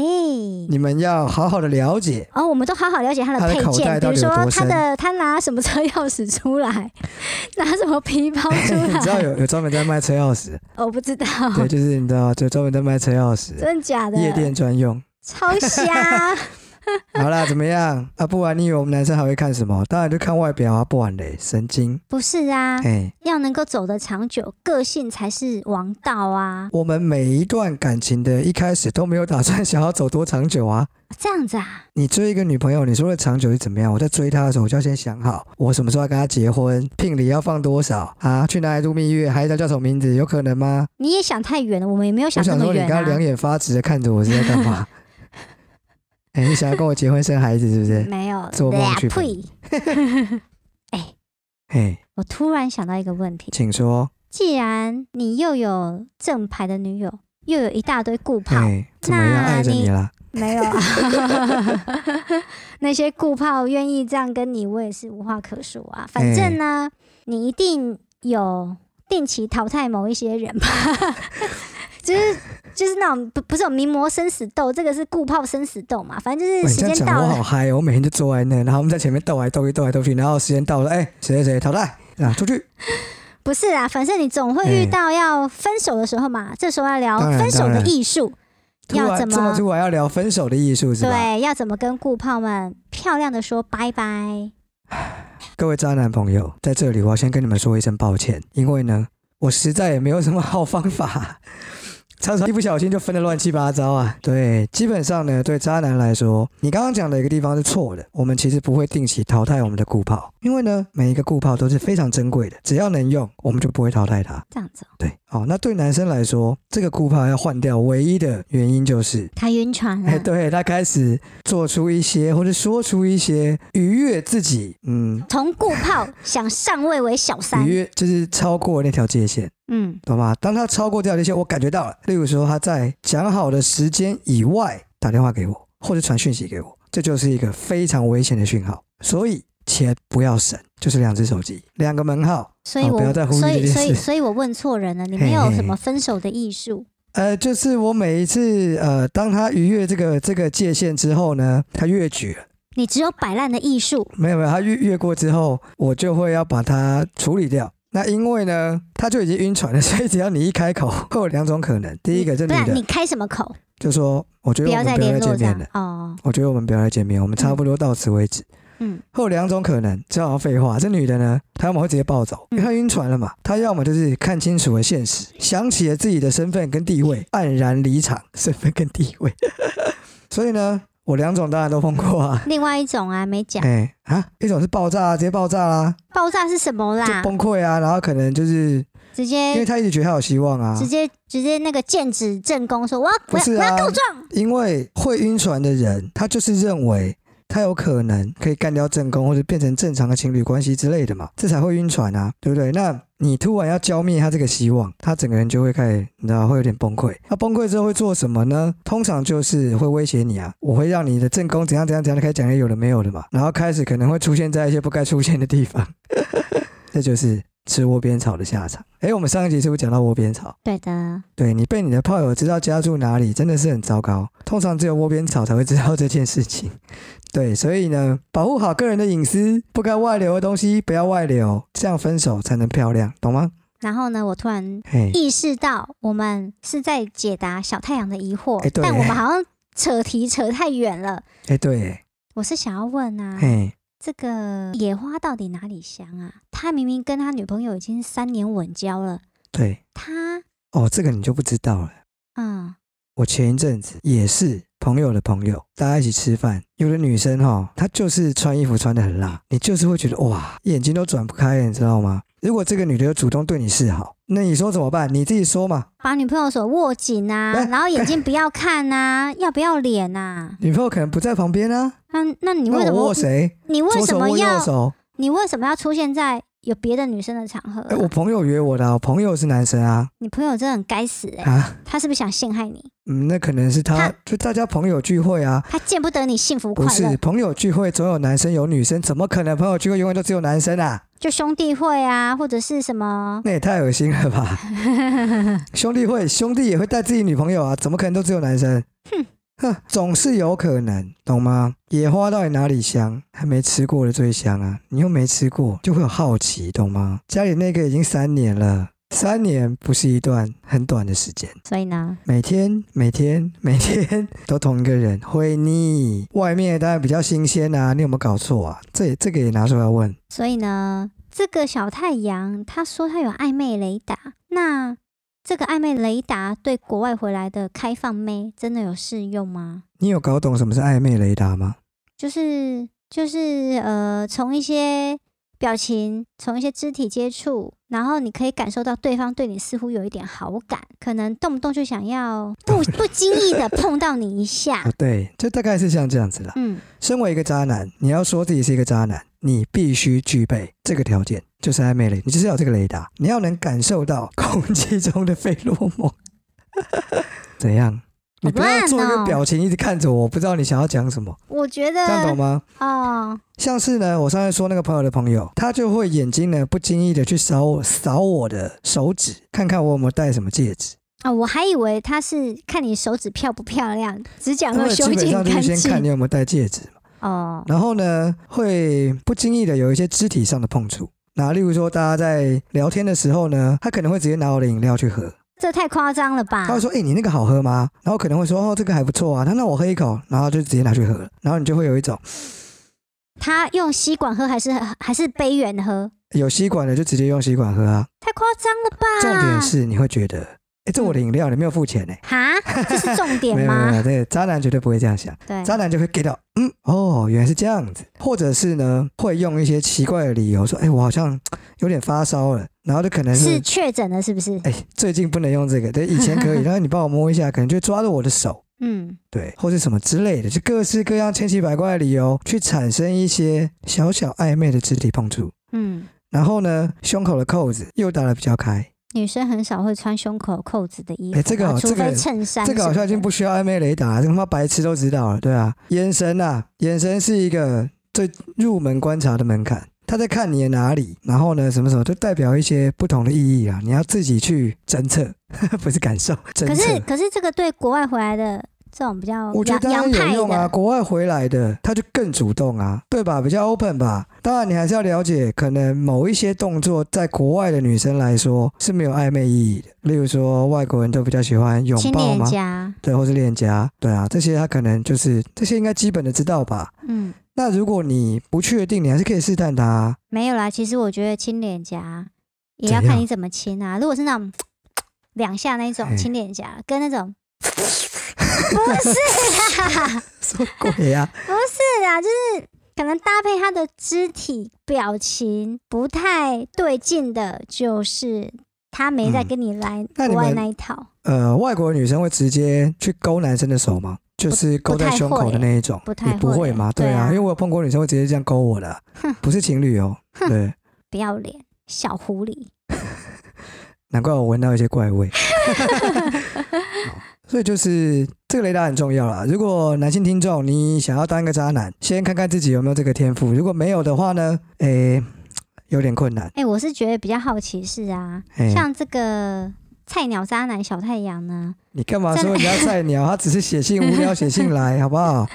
[SPEAKER 1] 你们要好好的了解。
[SPEAKER 2] 哦，我们都好好了解他的
[SPEAKER 1] 他的
[SPEAKER 2] 配
[SPEAKER 1] 口袋
[SPEAKER 2] 件，比
[SPEAKER 1] 到
[SPEAKER 2] 如
[SPEAKER 1] 底有
[SPEAKER 2] 说
[SPEAKER 1] 多
[SPEAKER 2] 他的他拿什么车钥匙出来， 拿什么皮包出
[SPEAKER 1] 哎你知道
[SPEAKER 2] 来，
[SPEAKER 1] 有 有专门在卖车钥匙，
[SPEAKER 2] 我不知道，
[SPEAKER 1] 对，就是你知道，就专门在卖车钥匙，
[SPEAKER 2] 真的假哦的？
[SPEAKER 1] 夜店专用。
[SPEAKER 2] 超 瞎，
[SPEAKER 1] 好啦，怎么 样？啊，不然你以为我们男生还会看什么？当然就看外表啊，不然嘞，神经。
[SPEAKER 2] 不是啊？
[SPEAKER 1] 哎，
[SPEAKER 2] 要能够走得长久，个性才是王道啊！
[SPEAKER 1] 我们每一段感情的一开始都没有打算想要走多长久啊。
[SPEAKER 2] 这样子啊，
[SPEAKER 1] 你追一个女朋友，你说的长久是怎么样？我在追她的时候，我就要先想好，我什么时候要跟她结婚，聘礼要放多少啊？去哪里度蜜月，孩子叫什么名字？有可能吗？
[SPEAKER 2] 你也想太远了，我们也没有
[SPEAKER 1] 我
[SPEAKER 2] 想那
[SPEAKER 1] 想
[SPEAKER 2] 么
[SPEAKER 1] 说，你
[SPEAKER 2] 远
[SPEAKER 1] 刚刚两
[SPEAKER 2] 啊。
[SPEAKER 1] 眼发直的看着我是在干嘛？ 哎、你想要跟我结婚生孩子是不是？
[SPEAKER 2] 没有，
[SPEAKER 1] 做梦
[SPEAKER 2] 俩
[SPEAKER 1] 去吧
[SPEAKER 2] 呸！
[SPEAKER 1] 哎、
[SPEAKER 2] 我突然想到一个问题，
[SPEAKER 1] 请说。
[SPEAKER 2] 既然你又有正牌的女友，又有一大堆顾
[SPEAKER 1] 哎、
[SPEAKER 2] 炮，
[SPEAKER 1] 怎么样？
[SPEAKER 2] 那
[SPEAKER 1] 爱着你
[SPEAKER 2] 你
[SPEAKER 1] 啦。
[SPEAKER 2] 没有，啊那些顾炮愿意这样跟你，我也是无话可说啊。反正
[SPEAKER 1] 嗯
[SPEAKER 2] 呢，你一定有定期淘汰某一些人吧， 就是就是那种不不是有名模生死斗，这个是顾炮生死斗嘛。反正就
[SPEAKER 1] 哇
[SPEAKER 2] 是
[SPEAKER 1] 哎你这
[SPEAKER 2] 时
[SPEAKER 1] 样
[SPEAKER 2] 间
[SPEAKER 1] 讲
[SPEAKER 2] 到
[SPEAKER 1] 我
[SPEAKER 2] 了
[SPEAKER 1] 好，嗨、哦！我每天就坐在那，然后我们在前面斗来斗去，斗来斗去，然后时间到了，哎、谁谁谁淘汰，啊，出去。
[SPEAKER 2] 不是啦，反正你总会
[SPEAKER 1] 哎
[SPEAKER 2] 遇到要分手的时候嘛。这时候要聊
[SPEAKER 1] 嗯当然
[SPEAKER 2] 分手
[SPEAKER 1] 当
[SPEAKER 2] 的
[SPEAKER 1] 然
[SPEAKER 2] 艺术，
[SPEAKER 1] 突
[SPEAKER 2] 要
[SPEAKER 1] 然
[SPEAKER 2] 怎
[SPEAKER 1] 这么突然要聊分手的艺术是吧？
[SPEAKER 2] 对，要怎么跟顾炮们漂亮的说拜拜？
[SPEAKER 1] 各位渣男朋友，在这里我要先跟你们说一声抱歉，因为呢，我实在也没有什么好方法， 常常一不小心就分得乱七八糟啊。对，基本上呢，对渣男来说，你刚刚讲的一个地方是错的，我们其实不会定期淘汰我们的固炮，因为呢，每一个固炮都是非常珍贵的，只要能用，我们就不会淘汰它。
[SPEAKER 2] 这样子哦，
[SPEAKER 1] 对，哦，那对男生来说，这个固炮要换掉，唯一的原因就是
[SPEAKER 2] 他晕船了
[SPEAKER 1] 哎，。 对他开始做出一些，或者说出一些愉悦自己，嗯，
[SPEAKER 2] 从顾炮想上位为小三
[SPEAKER 1] 愉，悦就是超过那条界限，
[SPEAKER 2] 嗯，
[SPEAKER 1] 懂吗？当他超过这条界限，我感觉到了。例如说，他在讲好的时间以外打电话给我，或者传讯息给我，这就是一个非常危险的讯号。所以钱不要省，就是两只手机，两个门号。
[SPEAKER 2] 所以
[SPEAKER 1] 好
[SPEAKER 2] 我、
[SPEAKER 1] 哦不要再呼吁
[SPEAKER 2] 所以
[SPEAKER 1] 这件
[SPEAKER 2] 所以
[SPEAKER 1] 事
[SPEAKER 2] 所以我问错人了，你
[SPEAKER 1] 嘿
[SPEAKER 2] 没有
[SPEAKER 1] 嘿
[SPEAKER 2] 什么分手的艺术，
[SPEAKER 1] 呃，就是我每一次呃，当他逾越这个这个界限之后呢，他越举了。
[SPEAKER 2] 你只有摆烂的艺术。
[SPEAKER 1] 没有没有，他越越过之后，我就会要把它处理掉。那因为呢，他就已经晕船了，所以只要你一开口，会有两种可能。第一个，这
[SPEAKER 2] 不
[SPEAKER 1] 女
[SPEAKER 2] 然
[SPEAKER 1] 的
[SPEAKER 2] 你开什么口？
[SPEAKER 1] 就说：“我觉
[SPEAKER 2] 不
[SPEAKER 1] 得我
[SPEAKER 2] 要
[SPEAKER 1] 们
[SPEAKER 2] 再
[SPEAKER 1] 不要
[SPEAKER 2] 联
[SPEAKER 1] 再
[SPEAKER 2] 络嗯
[SPEAKER 1] 见
[SPEAKER 2] 这样
[SPEAKER 1] 面了，
[SPEAKER 2] 哦。
[SPEAKER 1] 我觉得我们不要再见面，我们差不多到此为止。”
[SPEAKER 2] 嗯，
[SPEAKER 1] 会有两种可能，这好像废话。这女的呢，她要么会直接暴走，因
[SPEAKER 2] 嗯
[SPEAKER 1] 为她晕船了嘛。她要么就是看清楚了现实，想起了自己的身份跟地位，
[SPEAKER 2] 嗯
[SPEAKER 1] 黯然离场。 身份跟地位， 所以呢，我两种当然都碰过 啊。
[SPEAKER 2] 另外一种啊，没讲，
[SPEAKER 1] 哎、啊，一种是爆炸、啊，直接爆炸啦、
[SPEAKER 2] 爆炸是哎什么
[SPEAKER 1] 就
[SPEAKER 2] 啦？
[SPEAKER 1] 崩溃啊，然后可能就是
[SPEAKER 2] 直
[SPEAKER 1] 因为
[SPEAKER 2] 接
[SPEAKER 1] 他一直觉得他有希望啊
[SPEAKER 2] 直，接直接那个剑指正宫，说我要
[SPEAKER 1] 不
[SPEAKER 2] 我要
[SPEAKER 1] 是
[SPEAKER 2] 我
[SPEAKER 1] 啊
[SPEAKER 2] 要告状。
[SPEAKER 1] 因为会晕船的人，他就是认为他有可能可以干掉正宫或者变成正常的情侣关系之类的嘛，这才会晕船啊，对不对？那你突然要浇灭他这个希望，他整个人就会开始，你知道会有点崩溃。那崩溃之后会做什么呢？通常就是会威胁你啊，我会让你的正宫怎样怎样怎样的开始讲一些有的没有的嘛，然后开始可能会出现在一些不该出现的地方， 这就是吃窝边草的下场。诶，我们上一集是不是讲到窝边草？
[SPEAKER 2] 对的，
[SPEAKER 1] 对你被你的炮友知道家住哪里，真的是很糟糕。通常只有窝边草才会知道这件事情。对，所以呢，保护好个人的隐私，不该外流的东西不要外流，这样分手才能漂亮，懂吗？
[SPEAKER 2] 然后呢，我突然
[SPEAKER 1] 嘿，
[SPEAKER 2] 意识到我们是在解答小太阳的疑惑，
[SPEAKER 1] 哎对
[SPEAKER 2] 但我们好像扯题扯太远了。
[SPEAKER 1] 哎，对，
[SPEAKER 2] 我是想要问啊，
[SPEAKER 1] 嘿，
[SPEAKER 2] 这个野花到底哪里香啊？他明明跟他女朋友已经三年稳交了，
[SPEAKER 1] 对，
[SPEAKER 2] 他
[SPEAKER 1] 哦，这个你就不知道了。
[SPEAKER 2] 嗯，
[SPEAKER 1] 我前一阵子也是朋友的朋友，大家一起吃饭，有的女生哈、她就是穿衣服穿的很辣，你就是会觉得哇，眼睛都转不开，你知道吗？如果这个女的有主动对你示好，那你说怎么办？你自己说嘛。
[SPEAKER 2] 把女朋友手握紧啊
[SPEAKER 1] 哎，
[SPEAKER 2] 然 后眼睛不要看啊，要不要脸啊？
[SPEAKER 1] 女朋友可能不在旁边啊，
[SPEAKER 2] 那那你为
[SPEAKER 1] 那
[SPEAKER 2] 什
[SPEAKER 1] 我
[SPEAKER 2] 么
[SPEAKER 1] 握谁？
[SPEAKER 2] 你为
[SPEAKER 1] 左
[SPEAKER 2] 什
[SPEAKER 1] 手
[SPEAKER 2] 么
[SPEAKER 1] 握右
[SPEAKER 2] 要
[SPEAKER 1] 手。
[SPEAKER 2] 你为什么要出现在有别的女生的场合啊、
[SPEAKER 1] 哎、我朋友约我的啊、我朋友是男生啊
[SPEAKER 2] 你朋友真的很该死哎、
[SPEAKER 1] 啊，
[SPEAKER 2] 他是不是想陷害你？
[SPEAKER 1] 嗯，那可能是他
[SPEAKER 2] 他
[SPEAKER 1] 就大家朋友聚会啊，
[SPEAKER 2] 他见不得你幸福快
[SPEAKER 1] 不是
[SPEAKER 2] 乐，
[SPEAKER 1] 朋友聚会总有男生有女生，怎么可能朋友聚会永远都只有男生啊？
[SPEAKER 2] 就兄弟会啊，或者是什么？
[SPEAKER 1] 那也太恶心了吧！兄弟会，兄弟也会带自己女朋友啊，怎么可能都只有男生？哼，总是有可能，懂吗？野花到底哪里香？还没吃过的最香啊！你又没吃过，就会有好奇，懂吗？家里那个已经三年了，三年不是一段很短的时间，
[SPEAKER 2] 所以呢，
[SPEAKER 1] 每天每天 每天都同一个人，会腻。外面当然比较新鲜啊，你有没有搞错啊？这也这个也拿出来问，
[SPEAKER 2] 所以呢，这个小太阳他说他有暧昧雷达，那这个暧昧雷达对国外回来的开放妹真的有适用吗？
[SPEAKER 1] 你有搞懂什么是暧昧雷达吗？
[SPEAKER 2] 就是就是呃，从一些表情，从一些肢体接触，然后你可以感受到对方对你似乎有一点好感，可能动不动就想要不 不经意的碰到你一下
[SPEAKER 1] 啊。，对，就大概是像这样子啦。
[SPEAKER 2] 嗯，
[SPEAKER 1] 身为一个渣男，你要说自己是一个渣男，你必须具备这个条件，就是暧昧雷，你就是要有这个雷达，
[SPEAKER 2] 嗯
[SPEAKER 1] 你要能感受到空气中的费洛 蒙。怎样？你不要做一
[SPEAKER 2] 好烂
[SPEAKER 1] 个
[SPEAKER 2] 哦
[SPEAKER 1] 表情，一直看着我，我不知道你想要讲什么，
[SPEAKER 2] 我觉
[SPEAKER 1] 这样懂
[SPEAKER 2] 得
[SPEAKER 1] 吗？
[SPEAKER 2] 哦，
[SPEAKER 1] 像是呢，我上次说那个朋友的朋友，他就会眼睛呢不经意的去扫我扫我的手指，看看我有没有戴什么戒指。
[SPEAKER 2] 哦，我还以为他是看你手指漂不漂亮，指甲有
[SPEAKER 1] 他
[SPEAKER 2] 没有
[SPEAKER 1] 们
[SPEAKER 2] 修
[SPEAKER 1] 基本
[SPEAKER 2] 剪
[SPEAKER 1] 上就
[SPEAKER 2] 干
[SPEAKER 1] 是先看
[SPEAKER 2] 净
[SPEAKER 1] 你有没有戴戒指。
[SPEAKER 2] 哦。
[SPEAKER 1] 然后呢，会不经意的有一些肢体上的碰触。那例如说，大家在聊天的时候呢，他可能会直接拿我的饮料去喝，
[SPEAKER 2] 这太夸张了吧
[SPEAKER 1] 他？会说：“哎、你那个好喝吗？”然后可能会说：“哦，这个还不错啊。”他让我喝一口，然后就直接拿去喝了。然后你就会有一种
[SPEAKER 2] 他用吸管喝还是还是杯圆喝？
[SPEAKER 1] 有吸管的就直接用吸管喝啊。
[SPEAKER 2] 太夸张了吧？
[SPEAKER 1] 重点是你会觉得：“哎、这我的饮料，你没有付钱呢、欸
[SPEAKER 2] 哈，这 是重嗯点
[SPEAKER 1] 没有没有没
[SPEAKER 2] 吗？哎
[SPEAKER 1] 有，对，渣男绝对不会这样想，
[SPEAKER 2] 对，
[SPEAKER 1] 渣男就会 get 到，嗯，哦，原来是这样子，或者是呢，会用一些奇怪的理由说，哎、我好像有点发烧了，然后就可能
[SPEAKER 2] 是确诊了是不是？
[SPEAKER 1] 哎、最近不能用这个，对，以前可 以，然后你帮我摸一下，可能就抓着我的手，
[SPEAKER 2] 嗯，
[SPEAKER 1] 对，或是什么之类的，就各式各样千奇百怪的理由去产生一些小小暧昧的肢体碰触。
[SPEAKER 2] 嗯，
[SPEAKER 1] 然后呢，胸口的扣子又打得比较开，
[SPEAKER 2] 女生很少会穿胸口扣子的衣服啊，
[SPEAKER 1] 哎这个好
[SPEAKER 2] 除
[SPEAKER 1] 这个
[SPEAKER 2] 非衬衫什
[SPEAKER 1] 这
[SPEAKER 2] 么的。
[SPEAKER 1] 个好像已经不需要暧昧雷达了，这他妈白痴都知道了，对啊。眼神啊，眼神是一个最入门观察的门槛，他在看你的哪里，然后呢，什么什么，就代表一些不同的意义啊，你要自己去侦测， 不是感受，侦
[SPEAKER 2] 可是
[SPEAKER 1] 测。
[SPEAKER 2] 可是这个对国外回来的这种比较
[SPEAKER 1] 我觉得
[SPEAKER 2] 洋
[SPEAKER 1] 当然
[SPEAKER 2] 洋
[SPEAKER 1] 有
[SPEAKER 2] 嗯派
[SPEAKER 1] 用啊，
[SPEAKER 2] 的，
[SPEAKER 1] 国外回来的他就更主动啊，对吧？比较 open 吧。当然，你还是要了解，可能某一些动作在国外的女生来说是没有暧昧意义的。例如说，外国人都比较喜欢拥
[SPEAKER 2] 亲
[SPEAKER 1] 抱
[SPEAKER 2] 脸
[SPEAKER 1] 吗？
[SPEAKER 2] 颊，
[SPEAKER 1] 对，或是恋家，对啊，这些他可能就是这些应该基本的知道吧。
[SPEAKER 2] 嗯，
[SPEAKER 1] 那如果你不确定，你还是可以试探他、啊。
[SPEAKER 2] 没有啦。其实我觉得亲脸颊也要
[SPEAKER 1] 怎样
[SPEAKER 2] 看你怎么亲啊。如果是那种两下那种
[SPEAKER 1] 哎
[SPEAKER 2] 亲脸颊，跟那种不是啦，
[SPEAKER 1] 什么鬼啊？
[SPEAKER 2] 不是啦，就是可能搭配他的肢体表情不太对劲的，就是他没在
[SPEAKER 1] 嗯
[SPEAKER 2] 跟你来
[SPEAKER 1] 那你
[SPEAKER 2] 国外
[SPEAKER 1] 们
[SPEAKER 2] 那一套。
[SPEAKER 1] 呃，外国女生会直接去勾男生的手吗？就是勾在胸口的那一种，
[SPEAKER 2] 不太会
[SPEAKER 1] 你不会吗？
[SPEAKER 2] 不太
[SPEAKER 1] 对
[SPEAKER 2] 会
[SPEAKER 1] 啊，
[SPEAKER 2] 对啊
[SPEAKER 1] 因为我有碰过女生会直接这样勾我的啊，不是情侣哦。对，
[SPEAKER 2] 不要脸，小狐狸。
[SPEAKER 1] 难怪我闻到一些怪 味。好所以就是这个雷达很重要啦。如果男性听众你想要当一个渣男，先看看自己有没有这个天赋。如果没有的话呢，诶、有点困难。
[SPEAKER 2] 哎、我是觉得比较好奇是啊，
[SPEAKER 1] 诶、
[SPEAKER 2] 像这个菜鸟渣男小太阳呢，
[SPEAKER 1] 你干嘛说人家菜鸟？他只是写信无聊写信来，好不好？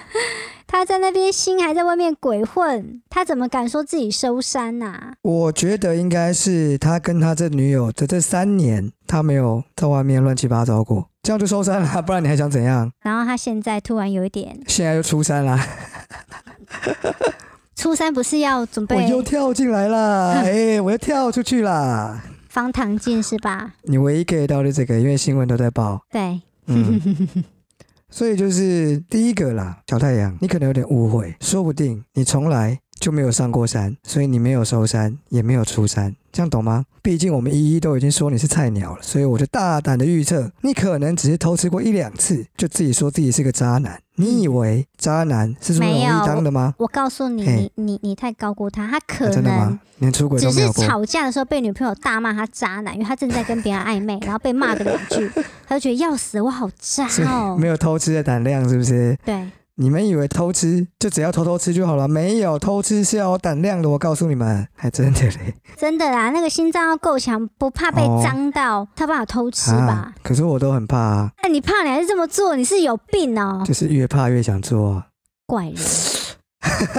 [SPEAKER 2] 他在那边心还在外面鬼混，他怎么敢说自己收山呐、
[SPEAKER 1] 我觉得应该是他跟他这女友的这三年，他没有在外面乱七八糟过，这样就收山啦，不然你还想怎样？
[SPEAKER 2] 然后他现在突然有一点
[SPEAKER 1] 现在就出山啦，
[SPEAKER 2] 初三，不是要准
[SPEAKER 1] 我
[SPEAKER 2] 备
[SPEAKER 1] 又跳进来啦，哎、我又跳出去啦。
[SPEAKER 2] 方糖镜是吧？
[SPEAKER 1] 你唯一 get 到的这个，因为新闻都在报，
[SPEAKER 2] 对，
[SPEAKER 1] 嗯，所以就是第一个啦，小太阳，你可能有点误会，说不定你从来就没有上过山，所以你没有收山，也没有出山，这样懂吗？毕竟我们一一都已经说你是菜鸟了，所以我就大胆的预测，你可能只是偷吃过一两次，就自己说自己是个渣男。你以为渣男是这么容易
[SPEAKER 2] 没有
[SPEAKER 1] 当的吗？
[SPEAKER 2] 我告诉你，
[SPEAKER 1] 嘿
[SPEAKER 2] 你你你太高估他，他可
[SPEAKER 1] 啊真的
[SPEAKER 2] 能
[SPEAKER 1] 吗？连出轨
[SPEAKER 2] 只
[SPEAKER 1] 都没
[SPEAKER 2] 是
[SPEAKER 1] 有过？
[SPEAKER 2] 吵架的时候被女朋友大骂他渣男，因为他正在跟别人暧昧，然后被骂个两句，他就觉得要死，我好渣
[SPEAKER 1] 所以
[SPEAKER 2] 哦
[SPEAKER 1] 没。有偷吃的胆量是不是？
[SPEAKER 2] 对，
[SPEAKER 1] 你们以为偷吃就只要偷偷吃就好了？没有，偷吃是要有胆量的。我告诉你们，还真的嘞。
[SPEAKER 2] 真的啦，那个心脏要够强，不怕被
[SPEAKER 1] 哦
[SPEAKER 2] 脏到，他怕偷吃吧
[SPEAKER 1] 啊？？可是我都很怕啊，
[SPEAKER 2] 那你怕你还是这么做，你是有病哦，
[SPEAKER 1] 就是越怕越想做 啊，
[SPEAKER 2] 怪人。所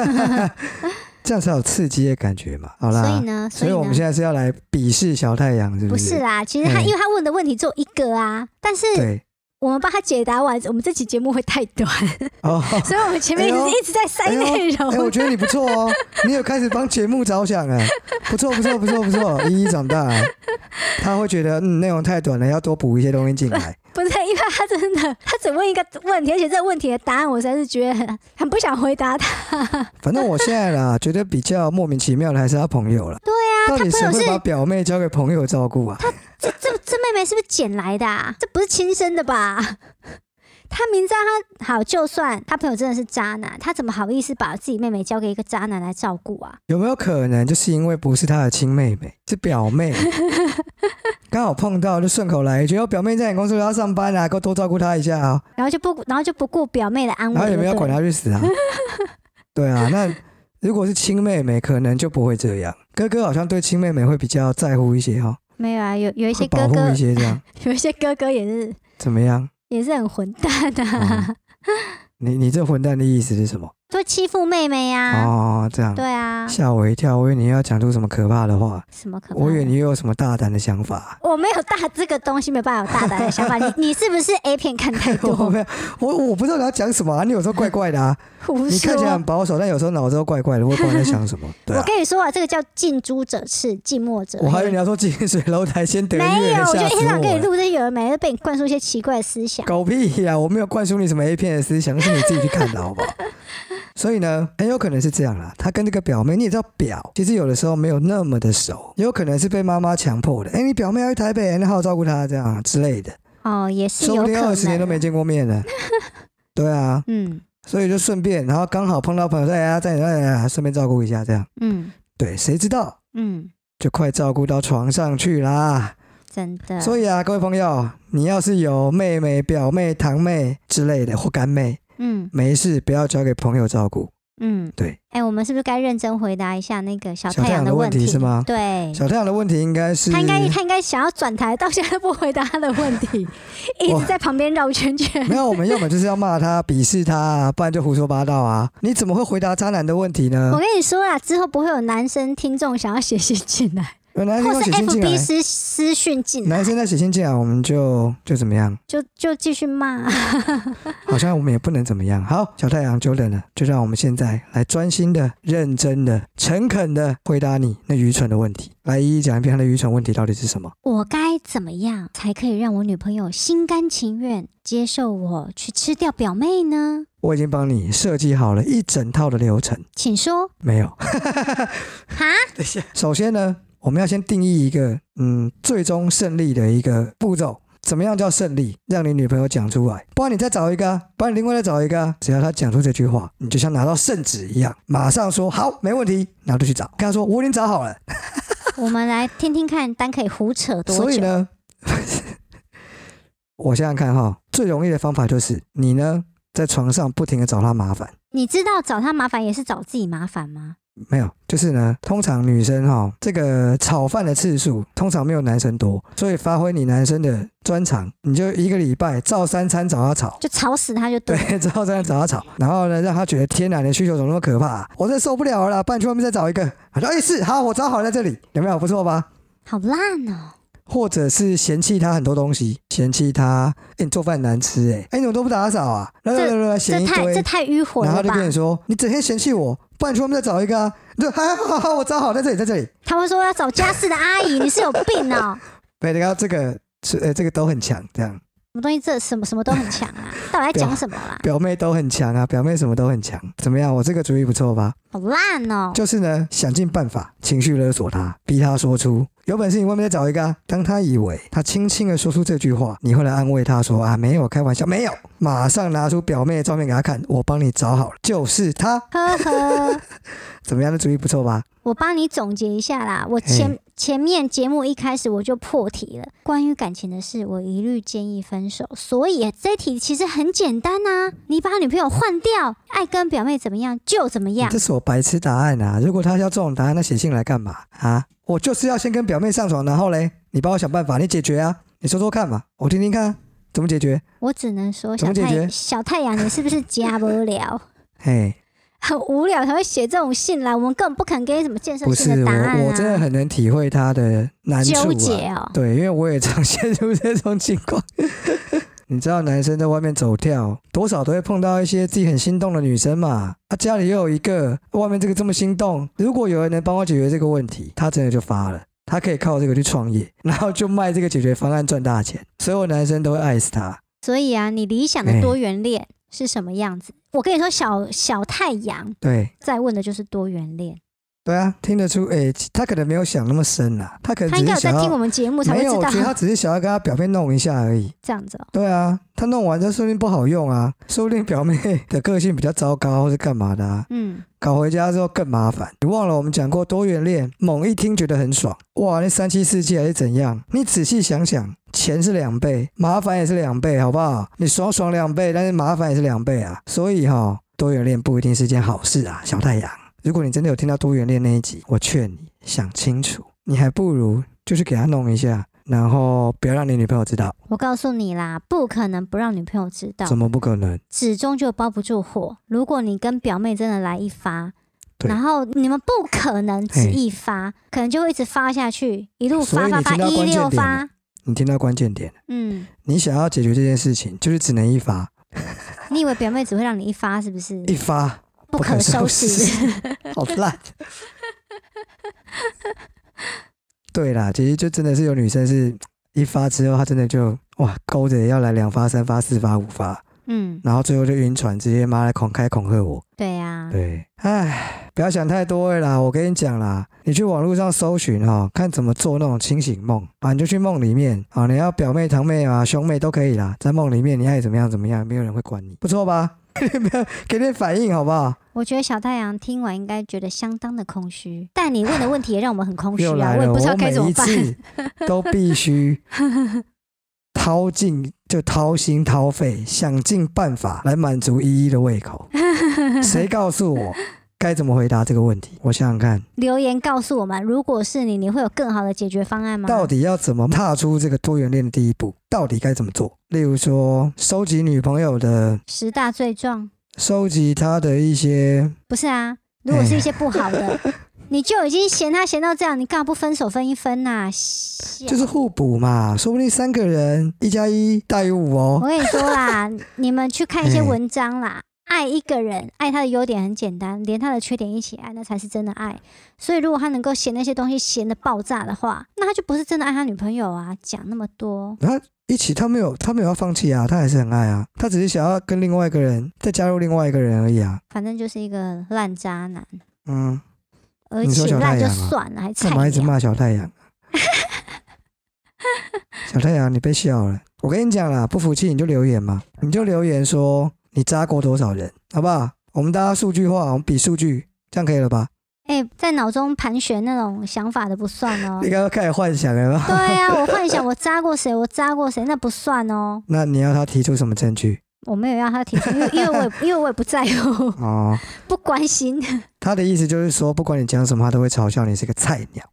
[SPEAKER 1] 这样才有刺激的感觉嘛。好啦，
[SPEAKER 2] 以呢，
[SPEAKER 1] 所
[SPEAKER 2] 以
[SPEAKER 1] 以我们
[SPEAKER 2] 呢，
[SPEAKER 1] 现在是要来鄙视小太阳，是
[SPEAKER 2] 不
[SPEAKER 1] 是？
[SPEAKER 2] 是啦，其实他
[SPEAKER 1] 嗯
[SPEAKER 2] 因为他问的问题只有一个啊，但是
[SPEAKER 1] 对，
[SPEAKER 2] 我们帮他解答完，我们这期节目会太 短，
[SPEAKER 1] 哦，
[SPEAKER 2] 所以我们前面一
[SPEAKER 1] 哎呦
[SPEAKER 2] 直一直在塞
[SPEAKER 1] 哎呦
[SPEAKER 2] 内容。
[SPEAKER 1] 哎，我觉得你不错哦，你有开始帮节目着想哎，不错不错不错不错，依依长大了，他会觉得嗯内容太短了，要多补一些东西进来。
[SPEAKER 2] 不是，因为他真的，他只问一个问题，而且这个问题的答案，我实在是觉得很很不想回答他。
[SPEAKER 1] 反正我现在啦，觉得比较莫名其妙的还是他朋友了。对啊，到底谁
[SPEAKER 2] 他朋友
[SPEAKER 1] 会
[SPEAKER 2] 是
[SPEAKER 1] 把表妹交给朋友照顾啊？
[SPEAKER 2] 这这这妹妹是不是捡来的、啊？这不是亲生的吧？ 他明知道他好，就算他朋友真的是渣男，他怎么好意思把自己妹妹交给一个渣男来照顾啊？
[SPEAKER 1] 有没有可能就是因为不是他的亲妹妹，是表妹， 刚好碰到就顺口来一句，哦，表妹在你公司要上班啊，给我多照顾她一下啊、
[SPEAKER 2] 然后就不然后就不顾表妹的安危，
[SPEAKER 1] 然后也没有
[SPEAKER 2] 嗯对
[SPEAKER 1] 管她去死啊。 对啊，那如果是亲妹妹，可能就不会这样。哥哥好像对亲妹妹会比较在乎一些哈、
[SPEAKER 2] 没有啊，有有一
[SPEAKER 1] 会
[SPEAKER 2] 些
[SPEAKER 1] 保
[SPEAKER 2] 哥
[SPEAKER 1] 护
[SPEAKER 2] 哥
[SPEAKER 1] 一，些这样，
[SPEAKER 2] 有一些哥哥也是
[SPEAKER 1] 怎么样？
[SPEAKER 2] 也是很混蛋的、啊，
[SPEAKER 1] 嗯你你这混蛋的意思是什么？
[SPEAKER 2] 都欺负妹妹呀、
[SPEAKER 1] 哦，这样
[SPEAKER 2] 对啊，
[SPEAKER 1] 吓我一跳，我以为你要讲出什么可怕的话，
[SPEAKER 2] 什么可怕的？
[SPEAKER 1] 我以为你又有什么大胆的想 法。
[SPEAKER 2] 我没有大这个东西，没办法有 大胆的想法。你你是不是 A 片看太
[SPEAKER 1] 我
[SPEAKER 2] 多？
[SPEAKER 1] 没有，我 我不知道你要讲什么、啊，你有时候怪怪的啊，
[SPEAKER 2] 胡
[SPEAKER 1] 你看起来
[SPEAKER 2] 说
[SPEAKER 1] 很！保守，但有时候脑子又怪怪的，我也不知道你在想 什么。对
[SPEAKER 2] 我
[SPEAKER 1] 啊，
[SPEAKER 2] 跟你说啊，这个叫近朱者赤，近墨者
[SPEAKER 1] 我还以为你
[SPEAKER 2] 黑。
[SPEAKER 1] 要说近水楼台先得月，
[SPEAKER 2] 没有，我就
[SPEAKER 1] 吓
[SPEAKER 2] 一
[SPEAKER 1] 死
[SPEAKER 2] 天到晚
[SPEAKER 1] 我
[SPEAKER 2] 给你
[SPEAKER 1] 了
[SPEAKER 2] 录这些有人没的，被你灌输一些奇怪的思想。
[SPEAKER 1] 狗屁呀、我没有灌输你什么 A 片的思想，是你自己去看的，好不 好？所以呢，很有可能是这样啦。她跟这个表妹，你也知道表，其实有的时候没有那么的熟，也有可能是被妈妈强迫的。哎、你表妹要去台北，你好好照顾她，这样啊之类的，
[SPEAKER 2] 哦，也是
[SPEAKER 1] 说
[SPEAKER 2] 有
[SPEAKER 1] 不
[SPEAKER 2] 可
[SPEAKER 1] 定
[SPEAKER 2] 能。
[SPEAKER 1] 二十年都没见过面 了。对啊，
[SPEAKER 2] 嗯
[SPEAKER 1] 所以就顺便，然后刚好碰到朋友在呀，在呀，顺便照顾一下，这样。
[SPEAKER 2] 嗯
[SPEAKER 1] 对，谁知道
[SPEAKER 2] 嗯，
[SPEAKER 1] 就快照顾到床上去啦。
[SPEAKER 2] 真的。
[SPEAKER 1] 所以啊，各位朋友，你要是有妹妹、表妹、堂妹之类的或干妹，
[SPEAKER 2] 嗯
[SPEAKER 1] 没事不要交给朋友照顾。
[SPEAKER 2] 嗯，
[SPEAKER 1] 对。
[SPEAKER 2] 哎，我们是不是该认真回答一下那个小
[SPEAKER 1] 小太
[SPEAKER 2] 太
[SPEAKER 1] 阳
[SPEAKER 2] 阳
[SPEAKER 1] 的
[SPEAKER 2] 的
[SPEAKER 1] 问题
[SPEAKER 2] 题
[SPEAKER 1] 是吗
[SPEAKER 2] 对。
[SPEAKER 1] 小太阳的问题应该是
[SPEAKER 2] 嗯他应该他应该想要转台，到现在都不回答他的 问题，一
[SPEAKER 1] 哇
[SPEAKER 2] 直在旁边绕圈圈。
[SPEAKER 1] 没有，我们要么就是要骂他、鄙视他、啊，不然就胡说八道啊！你怎么会回答渣男的问题
[SPEAKER 2] 我
[SPEAKER 1] 呢？
[SPEAKER 2] 跟你说啦，之后不会有男生听众想要写信进来，
[SPEAKER 1] 有男生
[SPEAKER 2] 或
[SPEAKER 1] 要
[SPEAKER 2] 是
[SPEAKER 1] 写信进
[SPEAKER 2] FB
[SPEAKER 1] 来，
[SPEAKER 2] 私私讯进来
[SPEAKER 1] 男，生在写信进来，我们就就怎么样？
[SPEAKER 2] 就就继续骂。
[SPEAKER 1] 好像我们也不能怎么样。好，小太阳久等了，就让我们现在来专心的、认真的、诚恳的回答你那愚蠢的问题。来一一讲一遍他的愚蠢问题到底是什么？
[SPEAKER 2] 我该怎么样才可以让我女朋友心甘情愿接受我去吃掉表妹呢？
[SPEAKER 1] 我已经帮你设计好了一整套的流程。
[SPEAKER 2] 请说。
[SPEAKER 1] 没有，
[SPEAKER 2] 哈，
[SPEAKER 1] 等一下。首先呢，我们要先定义一个，嗯，最终胜利的一个步骤。怎么样叫胜利？让你女朋友讲出来，不然你再找一个啊，不然你另外再找一个啊。只要她讲出这句话，你就像拿到圣旨一样，马上说好，没问题，然后就去找。跟她说我已经找好了，
[SPEAKER 2] 我们来听听看，丹可以胡扯多
[SPEAKER 1] 所以
[SPEAKER 2] 久？
[SPEAKER 1] 呢，我想想看哈，最容易的方法就是你呢在床上不停的找她麻烦。
[SPEAKER 2] 你知道找他麻烦也是找自己麻烦吗？
[SPEAKER 1] 没有，就是呢，通常女生哈、这个炒饭的次数通常没有男生多，所以发挥你男生的专长，你就一个礼拜照三餐找他炒。
[SPEAKER 2] 就吵死他就对了。
[SPEAKER 1] 对， 照三餐找他炒，然后呢，让他觉得天哪，你的需求怎么那么可怕啊、我真受不了了啦，不然去外面再找一个。他说：“哎、是好，我找好了，在这里，有没有不错吧？”
[SPEAKER 2] 好烂哦！
[SPEAKER 1] 或者是嫌弃他很多东西，嫌弃他，哎、你做饭难吃、哎，哎，你怎么都不打扫啊？啦啦啦啦，嫌
[SPEAKER 2] 这
[SPEAKER 1] 一
[SPEAKER 2] 太
[SPEAKER 1] 堆
[SPEAKER 2] 这，太迂回
[SPEAKER 1] 然后
[SPEAKER 2] 了
[SPEAKER 1] 就
[SPEAKER 2] 吧
[SPEAKER 1] 跟？你说，你整天嫌弃我，不然去外面再找一个啊。你就好好好好，我找好，在这里，在这里。
[SPEAKER 2] 他会说要找家事的阿姨，你是有病哦！
[SPEAKER 1] 对，然后这个是呃，这个都很强，这样
[SPEAKER 2] 么东西这什么什么都很强啊，到底在讲什 么啦？
[SPEAKER 1] 表妹都很强啊，表妹什么都很强。怎么样？我这个主意不错吧？
[SPEAKER 2] 好烂哦、
[SPEAKER 1] 就是呢，想尽办法情绪勒索他，逼他说出有本事你外面再找一个、啊。当他以为他轻轻的说出这句话，你会来安慰他说啊，没有，开玩笑，没有。马上拿出表妹的照片给他看，我帮你找好了，就是他。
[SPEAKER 2] 呵呵，
[SPEAKER 1] 怎么样？这主意不错吧？
[SPEAKER 2] 我帮你总结一下啦。我前前面节目一开始我就破题了，关于感情的事，我一律建议分手。所以这题其实很简单呐、你把女朋友换掉，爱跟表妹怎么样就怎么样
[SPEAKER 1] 这。是我白痴答案啊！如果他要这种答案，那写信来干嘛啊？我就是要先跟表妹上床，然后嘞，你帮我想办法，你解决啊，你说说看嘛，我听听看、啊、怎么解决。
[SPEAKER 2] 我只能说
[SPEAKER 1] 怎
[SPEAKER 2] 小
[SPEAKER 1] 么解
[SPEAKER 2] 太
[SPEAKER 1] 决
[SPEAKER 2] 小太阳，你是不是加不了？
[SPEAKER 1] 嘿，
[SPEAKER 2] 很无聊才会写这种信来，我们根本不肯给你什么建设
[SPEAKER 1] 不
[SPEAKER 2] 性的
[SPEAKER 1] 是我
[SPEAKER 2] 答案啊！，
[SPEAKER 1] 我真的很能体会他的难处
[SPEAKER 2] 纠
[SPEAKER 1] 啊。
[SPEAKER 2] 结哦、
[SPEAKER 1] 对，因为我也常陷入这种情况。 你知道男生在外面走跳，多少都会碰到一些自己很心动的女生嘛。啊，家里又有一个，外面这个这么心动，如果有人能帮我解决这个问题，他真的就发了。他可以靠这个去创业， 然后就卖这个解决方案赚大钱，所有男生都会爱死他。
[SPEAKER 2] 所以啊，你理
[SPEAKER 1] 哎
[SPEAKER 2] 想的多元恋是什么样子？我跟你说，小小太阳
[SPEAKER 1] 对，
[SPEAKER 2] 在问的就是多元恋，
[SPEAKER 1] 对啊，听得出，诶、他可能没有想那么深啦、他可能
[SPEAKER 2] 他应
[SPEAKER 1] 只
[SPEAKER 2] 该
[SPEAKER 1] 是
[SPEAKER 2] 有在
[SPEAKER 1] 想
[SPEAKER 2] 听
[SPEAKER 1] 要
[SPEAKER 2] 我，们节目才会
[SPEAKER 1] 没有，
[SPEAKER 2] 知
[SPEAKER 1] 我
[SPEAKER 2] 道
[SPEAKER 1] 觉得他只是想要跟他表妹弄一下而已。
[SPEAKER 2] 这样子哦、
[SPEAKER 1] 对啊，他弄完这说不定不好用啊， 说不定表妹的个性比较糟糕，或是干嘛的啊，
[SPEAKER 2] 嗯，
[SPEAKER 1] 搞回家之后更麻烦。你忘了我们讲过多元恋，猛一听觉得很爽，哇，那三妻四妾还是怎样？你仔细想想，钱是两倍，麻烦也是两倍，好不好？你爽爽两倍，但是麻烦也是两倍啊，所以哈、多元恋不一定是件好事啊，小太阳。如果你真的有听到多元恋那一集，我劝你想清楚，你还不如就去给他弄一下，然后不要让你女朋友知道，
[SPEAKER 2] 我告诉你啦，不可能不让女朋友知道，
[SPEAKER 1] 怎么不可能？
[SPEAKER 2] 纸终究包不住火。如果你跟表妹真的来一发，
[SPEAKER 1] 对
[SPEAKER 2] 然后你们不可能只
[SPEAKER 1] 嘿
[SPEAKER 2] 一发，可能就会一直发下去，一路
[SPEAKER 1] 所以
[SPEAKER 2] 发
[SPEAKER 1] 你
[SPEAKER 2] 发发
[SPEAKER 1] 听到
[SPEAKER 2] 一
[SPEAKER 1] 关键点了
[SPEAKER 2] 六发，
[SPEAKER 1] 你听到关键点了，
[SPEAKER 2] 嗯，
[SPEAKER 1] 你想要解决这件事情，就是只能一发，
[SPEAKER 2] 你以为表妹只会让你一发是不是？
[SPEAKER 1] 一发
[SPEAKER 2] 不可收拾。，
[SPEAKER 1] 好烂。对啦，其实就真的是有女生是一发之后，她真的就哇勾着要来两发、三发、四发、五发，
[SPEAKER 2] 嗯，
[SPEAKER 1] 然后最后就晕船，直接妈来恐开恐吓我。
[SPEAKER 2] 对呀、啊，
[SPEAKER 1] 对，唉，不要想太多了啦。我跟你讲啦，你去网络上搜寻哈、看怎么做那种清醒梦啊，你就去梦里面啊，你要表妹、堂妹啊、兄妹都可以啦，在梦里面你爱怎么样怎么样，没有人会管你，不错吧？ 给点反应好不好？
[SPEAKER 2] 我觉得小太阳听完应该觉得相当的空虚，但你问的问题也让我们很空 虚
[SPEAKER 1] 又
[SPEAKER 2] 啊，
[SPEAKER 1] 来
[SPEAKER 2] 我也
[SPEAKER 1] 了，
[SPEAKER 2] 不知道
[SPEAKER 1] 我
[SPEAKER 2] 该
[SPEAKER 1] 每
[SPEAKER 2] 怎么
[SPEAKER 1] 一
[SPEAKER 2] 办。
[SPEAKER 1] 次都必须掏尽就掏心掏肺，想尽办法来满足依依的胃 口。谁告诉我该怎么回答这个问题？我想想看。
[SPEAKER 2] 留言告诉我们，如果是你，你会有更好的解决方案吗？
[SPEAKER 1] 到底要怎么踏出这个多元恋的第一步？到底该怎么做？例如说，收集女朋友的，
[SPEAKER 2] 十大罪状
[SPEAKER 1] 收集她的一些，
[SPEAKER 2] 不是啊？如果是一些不 好的，你就已经嫌他嫌到这样，你干嘛不分手分一分呐、是啊
[SPEAKER 1] 就是互补嘛。说不定三个人一加一大于五
[SPEAKER 2] 我
[SPEAKER 1] 哦。
[SPEAKER 2] 跟你 说啦，你们去看一些
[SPEAKER 1] 哎
[SPEAKER 2] 文章啦。爱一个人，爱他的优点很简单，连他的缺点一起爱，那才是真的爱。所以，如果他能够嫌那些东西嫌的爆炸的话，那他就不是真的爱他女朋友啊！讲那么多，
[SPEAKER 1] 他一起，他没有，他没有要放弃啊，他还是很爱啊，他只是想要跟另外一个人再加入另外一个人而已啊。
[SPEAKER 2] 反正就是一个烂渣男，
[SPEAKER 1] 嗯，
[SPEAKER 2] 而
[SPEAKER 1] 你说
[SPEAKER 2] 且
[SPEAKER 1] 小
[SPEAKER 2] 烂
[SPEAKER 1] 太
[SPEAKER 2] 就
[SPEAKER 1] 阳啊
[SPEAKER 2] 算了，还菜
[SPEAKER 1] 干嘛一直
[SPEAKER 2] 鸟。
[SPEAKER 1] 骂小太 阳？啊小太阳，你被笑了。我跟你讲啦，不服气你就留言嘛，你就留言说你扎过多少人，好不好？我们大家数据化，我们比数据，这样可以了吧？。
[SPEAKER 2] 哎、在脑中盘旋那种想法的不算哦
[SPEAKER 1] 你刚刚开始幻想了吧？
[SPEAKER 2] 对啊，我幻想我扎过谁，我扎过谁，那不算哦。
[SPEAKER 1] 那你要他提出什么证据？
[SPEAKER 2] 我没有让他提出，因为因为我也因为我也不在乎，
[SPEAKER 1] 哦，
[SPEAKER 2] 不关心。
[SPEAKER 1] 他的意思就是说，不管你讲什么，他都会嘲笑你是个菜 鸟，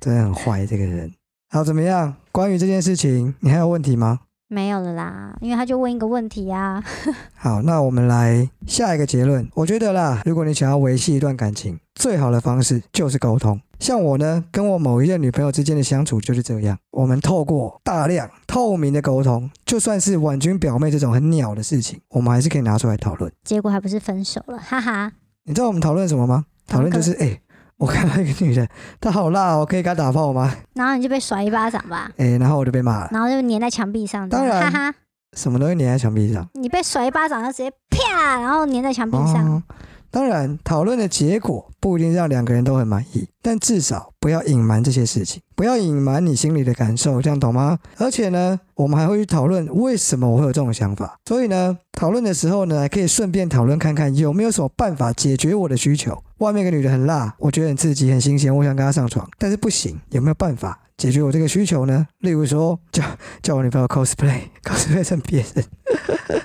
[SPEAKER 1] 真的很坏这个人。好，怎么样？关于这件事情，你还有问题吗？
[SPEAKER 2] 没有了啦，因为他就问一个问题啊，
[SPEAKER 1] 好，那我们来下一个结论。我觉得啦，如果你想要维系一段感情，最好的方式就是沟通。像我呢，跟我某一任女朋友之间的相处就是这样，我们透过大量透明的沟通，就算是婉君表妹这种很鸟的事情，我们还是可以拿出来讨论。
[SPEAKER 2] 结果还不是分手了，哈哈。
[SPEAKER 1] 你知道我们讨论什么吗？讨论就是，哎、我看到一个女人，她好辣哦，可以给她打炮吗？
[SPEAKER 2] 然后你就被甩一巴掌吧，
[SPEAKER 1] 哎、然后我就被骂了，
[SPEAKER 2] 然后就粘在墙壁上，
[SPEAKER 1] 当然
[SPEAKER 2] 哈哈，
[SPEAKER 1] 什么东西粘在墙壁上？
[SPEAKER 2] 你被甩一巴掌，然后直接啪，然后粘在墙壁上。
[SPEAKER 1] 哦、当然，讨论的结果不一定让两个人都很满意，但至少不要隐瞒这些事情，不要隐瞒你心里的感受，这样懂吗？而且呢，我们还会去讨论为什么我会有这种想法。所以呢，讨论的时候呢，还可以顺便讨论看看有没有什么办法解决我的需求。外面一个女的很辣，我觉得很刺激、很新鲜，我想跟她上床，但是不行，有没有办法？解决我这个需求呢？例如说，叫叫我女朋友 cosplay，cosplay 成别人，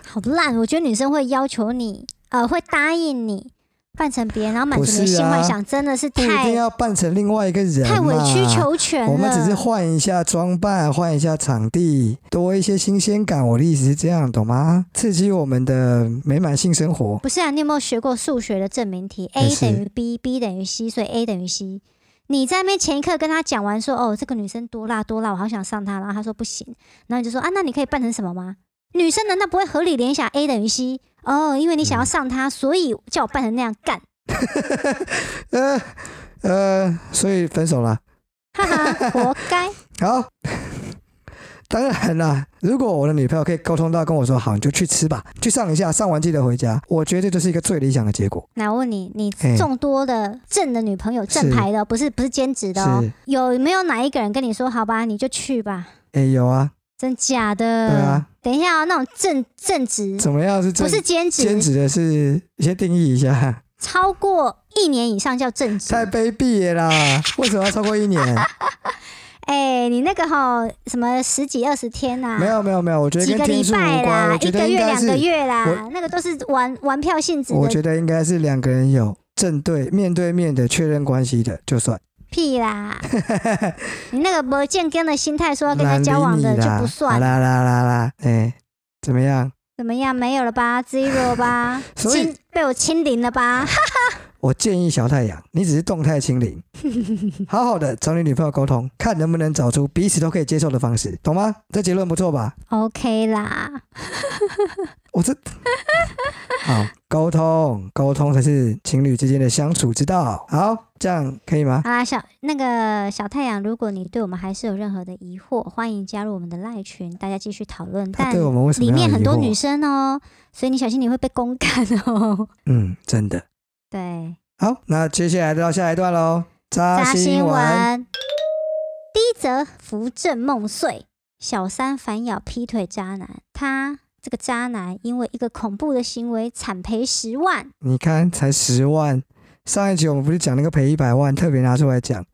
[SPEAKER 2] 好烂！我觉得女生会要求你，呃，会答应你扮成别人，然后满足你的
[SPEAKER 1] 不是啊
[SPEAKER 2] 性幻想，真的是
[SPEAKER 1] 不一定
[SPEAKER 2] 太
[SPEAKER 1] 要扮成另外一个人嘛，啊
[SPEAKER 2] 太委曲求全了。
[SPEAKER 1] 我们只是换一下装扮，换一下场地，多一些新鲜感。我的意思是这样，懂吗？刺激我们的美满性生活。
[SPEAKER 2] 不是啊？你有没有学过数学的证明题
[SPEAKER 1] 也
[SPEAKER 2] ？a
[SPEAKER 1] 是
[SPEAKER 2] 等于 b，b 等于 c，所以 a 等于 c。你在那边前一刻跟他讲完说，哦，这个女生多辣多辣，我好想上她，然后他说不行，然后你就说啊，那你可以扮成什么吗？女生难道不会合理联想 a 等于 c？哦，因为你想要上
[SPEAKER 1] 嗯
[SPEAKER 2] 她，所以叫我扮成那样干，
[SPEAKER 1] 呃呃，所以分手了。
[SPEAKER 2] 哈哈， 活该。
[SPEAKER 1] 好， 当然啦，如果我的女朋友可以沟通到跟我说好，你就去吃吧，去上一下，上完记得回家。我觉得这就是一个最理想的结果。
[SPEAKER 2] 来，我问你，你
[SPEAKER 1] 嘿
[SPEAKER 2] 众多的正的女朋友，正
[SPEAKER 1] 是
[SPEAKER 2] 牌的，不是不是兼职的哦，
[SPEAKER 1] 是，
[SPEAKER 2] 有没有哪一个人跟你说好吧，你就去吧？
[SPEAKER 1] 哎、有啊，
[SPEAKER 2] 真假的？
[SPEAKER 1] 对啊。
[SPEAKER 2] 等一下、哦，那种正正职
[SPEAKER 1] 怎么样是正
[SPEAKER 2] 不是兼职，
[SPEAKER 1] 兼职的是？先定义一下，
[SPEAKER 2] 超过一年以上叫正职。
[SPEAKER 1] 太卑鄙了啦！为什么要超过一年？
[SPEAKER 2] 哎、你那个哈、什么十几二十天呐、
[SPEAKER 1] 没有没有没有，我觉得
[SPEAKER 2] 几
[SPEAKER 1] 跟
[SPEAKER 2] 个
[SPEAKER 1] 天
[SPEAKER 2] 礼
[SPEAKER 1] 数
[SPEAKER 2] 拜
[SPEAKER 1] 无关，
[SPEAKER 2] 啦
[SPEAKER 1] 我，觉
[SPEAKER 2] 一
[SPEAKER 1] 得
[SPEAKER 2] 个
[SPEAKER 1] 应
[SPEAKER 2] 月、
[SPEAKER 1] 该
[SPEAKER 2] 两个
[SPEAKER 1] 是，
[SPEAKER 2] 月啦，那个都是玩玩票性质
[SPEAKER 1] 我
[SPEAKER 2] 的
[SPEAKER 1] 觉得应该是两个人有正对面对面的确认关系的，就算
[SPEAKER 2] 屁 啦！你那个没见根的心态，说要跟他
[SPEAKER 1] 懒理
[SPEAKER 2] 交往的
[SPEAKER 1] 你
[SPEAKER 2] 就
[SPEAKER 1] 啦，
[SPEAKER 2] 不
[SPEAKER 1] 好
[SPEAKER 2] 算，
[SPEAKER 1] 啦啦啦啦，哎、怎么样？
[SPEAKER 2] 怎么样？没有了吧？Zero 吧？
[SPEAKER 1] 所以
[SPEAKER 2] 清被我清零了吧？
[SPEAKER 1] 我建议小太阳，你只是动态清零， 好好的找你女朋友沟通，看能不能找出彼此都可以接受的方式，懂吗？这结论不错吧？
[SPEAKER 2] OK 啦，
[SPEAKER 1] 我 这好沟通，沟通才是情侣之间的相处之道。好，这样可以吗？
[SPEAKER 2] 好啦，小那个小太阳，如果你对我们还是有任何的疑惑，欢迎加入我们的赖群，大家继续讨论。
[SPEAKER 1] 他
[SPEAKER 2] 但
[SPEAKER 1] 对我们为什么
[SPEAKER 2] 里
[SPEAKER 1] 要
[SPEAKER 2] 面
[SPEAKER 1] 有
[SPEAKER 2] 很
[SPEAKER 1] 疑
[SPEAKER 2] 多
[SPEAKER 1] 惑
[SPEAKER 2] 女生哦，所以你小心你会被公干 哦。
[SPEAKER 1] 嗯，真的。
[SPEAKER 2] 对，
[SPEAKER 1] 好，那接下来到下一段喽。扎
[SPEAKER 2] 扎新
[SPEAKER 1] 闻，
[SPEAKER 2] 闻，第一则扶正梦碎，小三反咬劈腿渣男，他这个渣男因为一个恐怖的行为惨赔十万。
[SPEAKER 1] 你看才十万。上一集我们不是讲那个赔一百万，特别拿出来讲，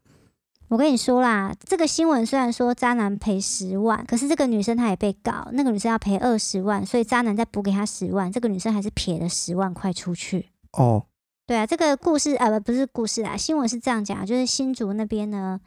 [SPEAKER 2] 我跟你说啦，这个新闻虽然说渣男赔十万，可是这个女生她也被告，那个女生要赔二十万，所以渣男再补给她十万，这个女生还是撇了十万块出去。
[SPEAKER 1] 哦，
[SPEAKER 2] 对啊，这个故事啊，不、不是故事啦，新闻是这样讲，啊就是新竹那边呢，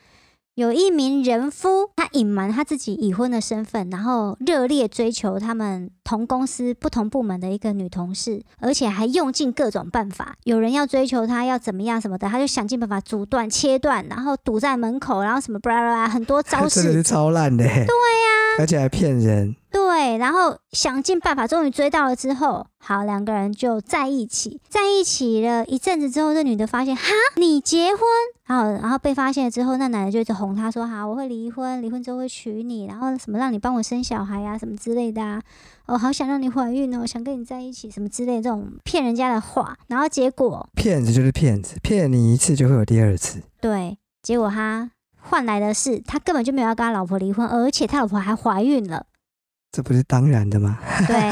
[SPEAKER 2] 有一名人夫，他隐瞒他自己已婚的身份，然后热烈追求他们同公司不同部门的一个女同事，而且还用尽各种办法，有人要追求他，要怎么样什么的，他就想尽办法阻断、切断，然后堵在门口，然后什么巴拉巴拉，很多招
[SPEAKER 1] 真的
[SPEAKER 2] 式
[SPEAKER 1] 是，超烂的、对呀、而且还骗人，
[SPEAKER 2] 对，然后想尽办法，终于追到了之后，好，两个人就在一起，在一起了一阵子之后，这女的发现，哈，你结婚，然后然后被发现了之后，那男的就一直哄她说，好，我会离婚，离婚之后会娶你，然后什么让你帮我生小孩啊，什么之类的啊，哦，好想让你怀孕哦，想跟你在一起，什么之类的这种骗人家的话，然后结果
[SPEAKER 1] 骗子就是骗子，骗你一次就会有第二次，
[SPEAKER 2] 对，结果他换来的是，他根本就没有要跟他老婆离婚，而且他老婆还怀孕了，
[SPEAKER 1] 这不是当然的吗？
[SPEAKER 2] 对，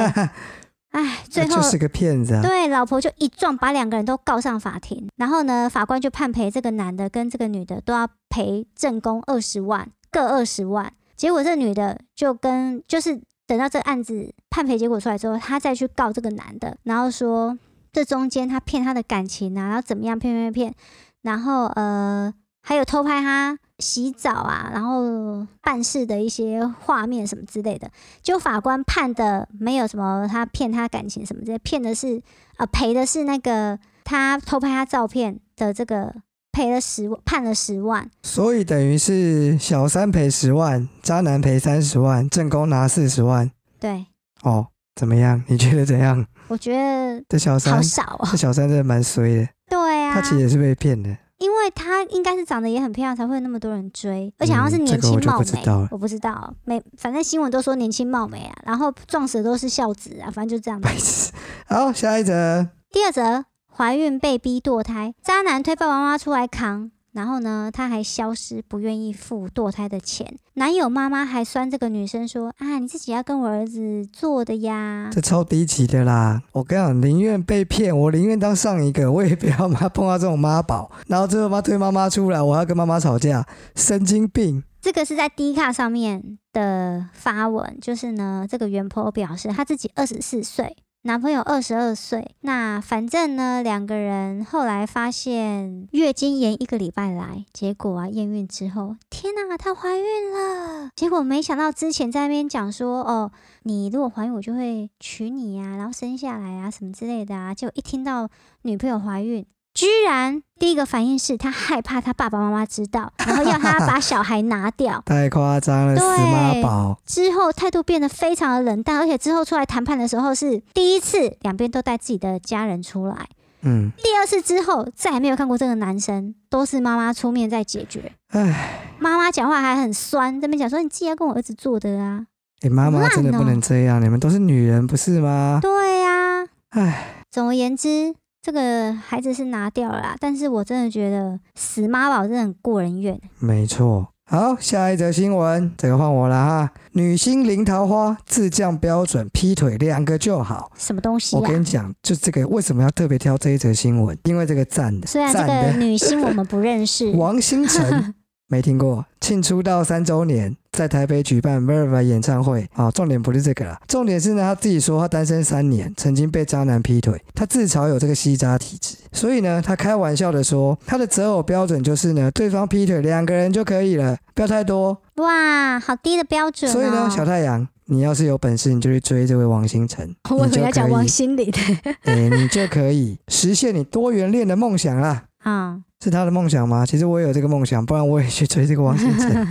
[SPEAKER 2] 哎，最后
[SPEAKER 1] 就是个骗子啊！
[SPEAKER 2] 对，老婆就一撞把两个人都告上法庭，然后呢，法官就判赔这个男的跟这个女的都要赔正宫二十万，各二十万。结果这女的就跟就是等到这案子判赔结果出来之后，她再去告这个男的，然后说这中间他骗她的感情啊，然后怎么样骗骗骗，然后呃还有偷拍她洗澡啊，然后办事的一些画面什么之类的。就法官判的没有什么他骗她感情什么之类，骗的是呃赔的是那个他偷拍她照片的这个赔了十判了十万，
[SPEAKER 1] 所以等于是小三赔十万，渣男赔三十万，正宫拿四十万。
[SPEAKER 2] 对
[SPEAKER 1] 哦，怎么样？你觉得怎样？
[SPEAKER 2] 我觉得
[SPEAKER 1] 这小三
[SPEAKER 2] 好，少哦、
[SPEAKER 1] 这小三真的蛮衰的，
[SPEAKER 2] 对啊
[SPEAKER 1] 他，其实也是被骗的。
[SPEAKER 2] 因为为她应该是长得也很漂亮，才会有那么多人追，而且好像是
[SPEAKER 1] 嗯
[SPEAKER 2] 年轻
[SPEAKER 1] 这个
[SPEAKER 2] 貌
[SPEAKER 1] 我就不
[SPEAKER 2] 美，
[SPEAKER 1] 知道了
[SPEAKER 2] 我不知道，没，反正新闻都说年轻貌美啊，然后撞死的都是孝子啊，反正就这样子。
[SPEAKER 1] 白痴。好，下一则，
[SPEAKER 2] 第二则，怀孕被逼堕胎，渣男推爸爸妈妈出来扛，然后呢，他还消失，不愿意付堕胎的钱，男友妈妈还酸这个女生说啊，你自己要跟我儿子做的呀，
[SPEAKER 1] 这超低级的啦！我跟你讲，宁愿被骗，我宁愿当上一个，我也不要妈碰到这种妈宝。然后最后妈推妈妈出来，我还要跟妈妈吵架，神经病！
[SPEAKER 2] 这个是在 D 卡上面的发文，就是呢，这个袁婆表示她自己二十四岁，男朋友二十二岁。那反正呢，两个人后来发现月经延一个礼拜来，结果啊，验孕之后，天哪、她怀孕了！结果没想到之前在那边讲说，哦，你如果怀孕，我就会娶你呀、然后生下来啊，什么之类的啊。结果一听到女朋友怀孕，居然第一个反应是他害怕他爸爸妈妈知道，然后要他把小孩拿掉。
[SPEAKER 1] 太夸张了，
[SPEAKER 2] 对
[SPEAKER 1] 死妈宝！
[SPEAKER 2] 之后态度变得非常的冷淡，而且之后出来谈判的时候是第一次两边都带自己的家人出来，
[SPEAKER 1] 嗯，
[SPEAKER 2] 第二次之后再也没有看过这个男生，都是妈妈出面在解决。
[SPEAKER 1] 唉，哎
[SPEAKER 2] 妈妈讲话还很酸，这边讲说你自己要跟我儿子做的啊，
[SPEAKER 1] 你妈妈真的不能这样，你们都是女人不是吗？
[SPEAKER 2] 对呀、
[SPEAKER 1] 唉，
[SPEAKER 2] 总而言之，这个孩子是拿掉了啦，啊但是我真的觉得死妈宝真的很过人怨。
[SPEAKER 1] 没错。好，下一则新闻，这个换我了哈。女星林桃花自降标准，劈腿两个就好。
[SPEAKER 2] 什么东西
[SPEAKER 1] 我
[SPEAKER 2] 啊？
[SPEAKER 1] 跟你讲，就这个为什么要特别挑这一则新闻？因为这个赞的，
[SPEAKER 2] 虽然这
[SPEAKER 1] 赞的
[SPEAKER 2] 个女星我们不认识，
[SPEAKER 1] 王星辰没听过，庆出道三周年，在台北举办 Verve 演唱会啊、重点不是这个啦，重点是呢，他自己说他单身三年，曾经被渣男劈腿，他自嘲有这个吸渣体质，所以呢，他开玩笑的说，他的择偶标准就是呢，对方劈腿两个人就可以了，不要太多。
[SPEAKER 2] 哇，好低的标准、哦。
[SPEAKER 1] 所以呢，小太阳，你要是有本事，你就去追这位王星辰，
[SPEAKER 2] 我以
[SPEAKER 1] 你
[SPEAKER 2] 为
[SPEAKER 1] 就
[SPEAKER 2] 要讲
[SPEAKER 1] 可以
[SPEAKER 2] 王心凌 的
[SPEAKER 1] 哎、你就可以实现你多元恋的梦想啦。
[SPEAKER 2] 啊，
[SPEAKER 1] 是他的梦想吗？其实我也有这个梦想，不然我也去追这个王星 辰。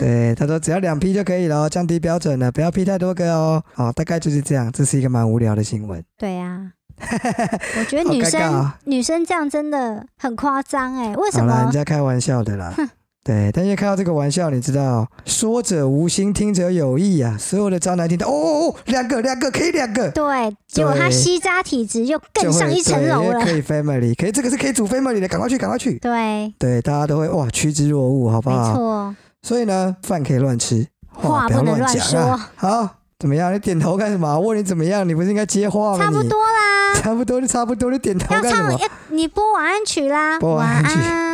[SPEAKER 1] 对，他说只要两批就可以了哦，降低标准了，不要批太多个哦。好、大概就是这样。这是一个蛮无聊的新闻。
[SPEAKER 2] 对啊。我觉得
[SPEAKER 1] 好
[SPEAKER 2] 女
[SPEAKER 1] 尴尬
[SPEAKER 2] 生
[SPEAKER 1] 啊
[SPEAKER 2] 女生这样真的很夸张哎，为什
[SPEAKER 1] 好啦，人
[SPEAKER 2] 么？
[SPEAKER 1] 家开玩笑的啦。对，但是看到这个玩笑，你知道，说者无心，听者有意啊。所有的渣男听到，哦哦哦，两个两个可以两个，
[SPEAKER 2] 对，结果她吸渣体质又
[SPEAKER 1] 就
[SPEAKER 2] 更
[SPEAKER 1] 会
[SPEAKER 2] 上一层
[SPEAKER 1] 对
[SPEAKER 2] 楼
[SPEAKER 1] 因为
[SPEAKER 2] 了。
[SPEAKER 1] 可以 family，可以这个是可以组 family 的，赶快去，赶快去。
[SPEAKER 2] 对，
[SPEAKER 1] 对，大家都会哇趋之若鹜，好不
[SPEAKER 2] 没
[SPEAKER 1] 好？
[SPEAKER 2] 错，
[SPEAKER 1] 所以呢，饭可以乱吃，
[SPEAKER 2] 话
[SPEAKER 1] 不要
[SPEAKER 2] 不能
[SPEAKER 1] 乱
[SPEAKER 2] 乱
[SPEAKER 1] 讲啊。好，怎么样？你点头干什么？我问你怎么样，你不是应该接话吗？
[SPEAKER 2] 差不
[SPEAKER 1] 你，
[SPEAKER 2] 多啦，
[SPEAKER 1] 差不多就差不多，你点头
[SPEAKER 2] 要
[SPEAKER 1] 干什
[SPEAKER 2] 唱
[SPEAKER 1] 么？
[SPEAKER 2] 要你播晚安曲啦，
[SPEAKER 1] 播晚安
[SPEAKER 2] 晚
[SPEAKER 1] 曲
[SPEAKER 2] 安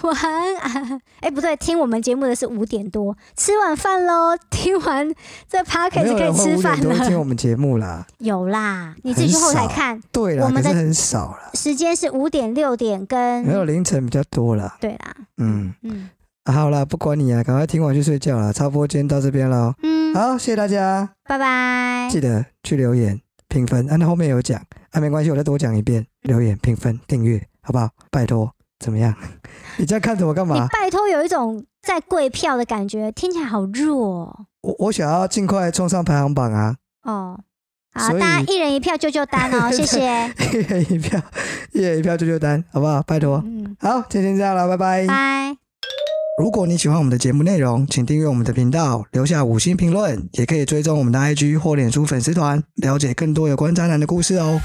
[SPEAKER 2] 晚安。哎，不对，听我们节目的是五点多，吃晚饭喽。 听完这 p o d c
[SPEAKER 1] 没
[SPEAKER 2] a
[SPEAKER 1] 有
[SPEAKER 2] s 可以
[SPEAKER 1] 人会
[SPEAKER 2] 吃
[SPEAKER 1] 五点
[SPEAKER 2] 饭
[SPEAKER 1] 多听
[SPEAKER 2] 了。
[SPEAKER 1] 我们节目啦。
[SPEAKER 2] 有啦，你自己去
[SPEAKER 1] 很
[SPEAKER 2] 后台
[SPEAKER 1] 少
[SPEAKER 2] 看，
[SPEAKER 1] 对啦，
[SPEAKER 2] 我
[SPEAKER 1] 可
[SPEAKER 2] 们嗯
[SPEAKER 1] 是
[SPEAKER 2] 在
[SPEAKER 1] 很少啦，
[SPEAKER 2] 时间是五点、六点
[SPEAKER 1] 没有
[SPEAKER 2] 跟
[SPEAKER 1] 凌晨比较多啦。
[SPEAKER 2] 对啦，
[SPEAKER 1] 嗯，
[SPEAKER 2] 嗯
[SPEAKER 1] 啊好啦，不管你啊，赶快听完去睡觉啦。差不多今天到这边喽。
[SPEAKER 2] 嗯，哎
[SPEAKER 1] 好，谢谢大家，
[SPEAKER 2] 拜拜，
[SPEAKER 1] 记得去留言评分。啊，那后面有讲啊，没关系，我再多讲一遍。留言、评分、订阅，好不好？拜托，怎么样？ 你这样看着我干
[SPEAKER 2] 你
[SPEAKER 1] 嘛？
[SPEAKER 2] 拜托有一种在贵票的感觉，听起来好弱哦。
[SPEAKER 1] 我我想要尽快冲上排行榜啊！
[SPEAKER 2] 哦好，
[SPEAKER 1] 所以
[SPEAKER 2] 大家一人一票救救 单哦，谢谢，
[SPEAKER 1] 一人一票，一人一票救救单，好不好？拜托。
[SPEAKER 2] 嗯，
[SPEAKER 1] 好，今天先这样了，拜 拜。
[SPEAKER 2] 拜。
[SPEAKER 1] 如果你喜欢我们的节目内容，请订阅我们的频道，留下五星评论，也可以追踪我们的 IG 或脸书粉丝团，了解更多有关渣男的故事哦。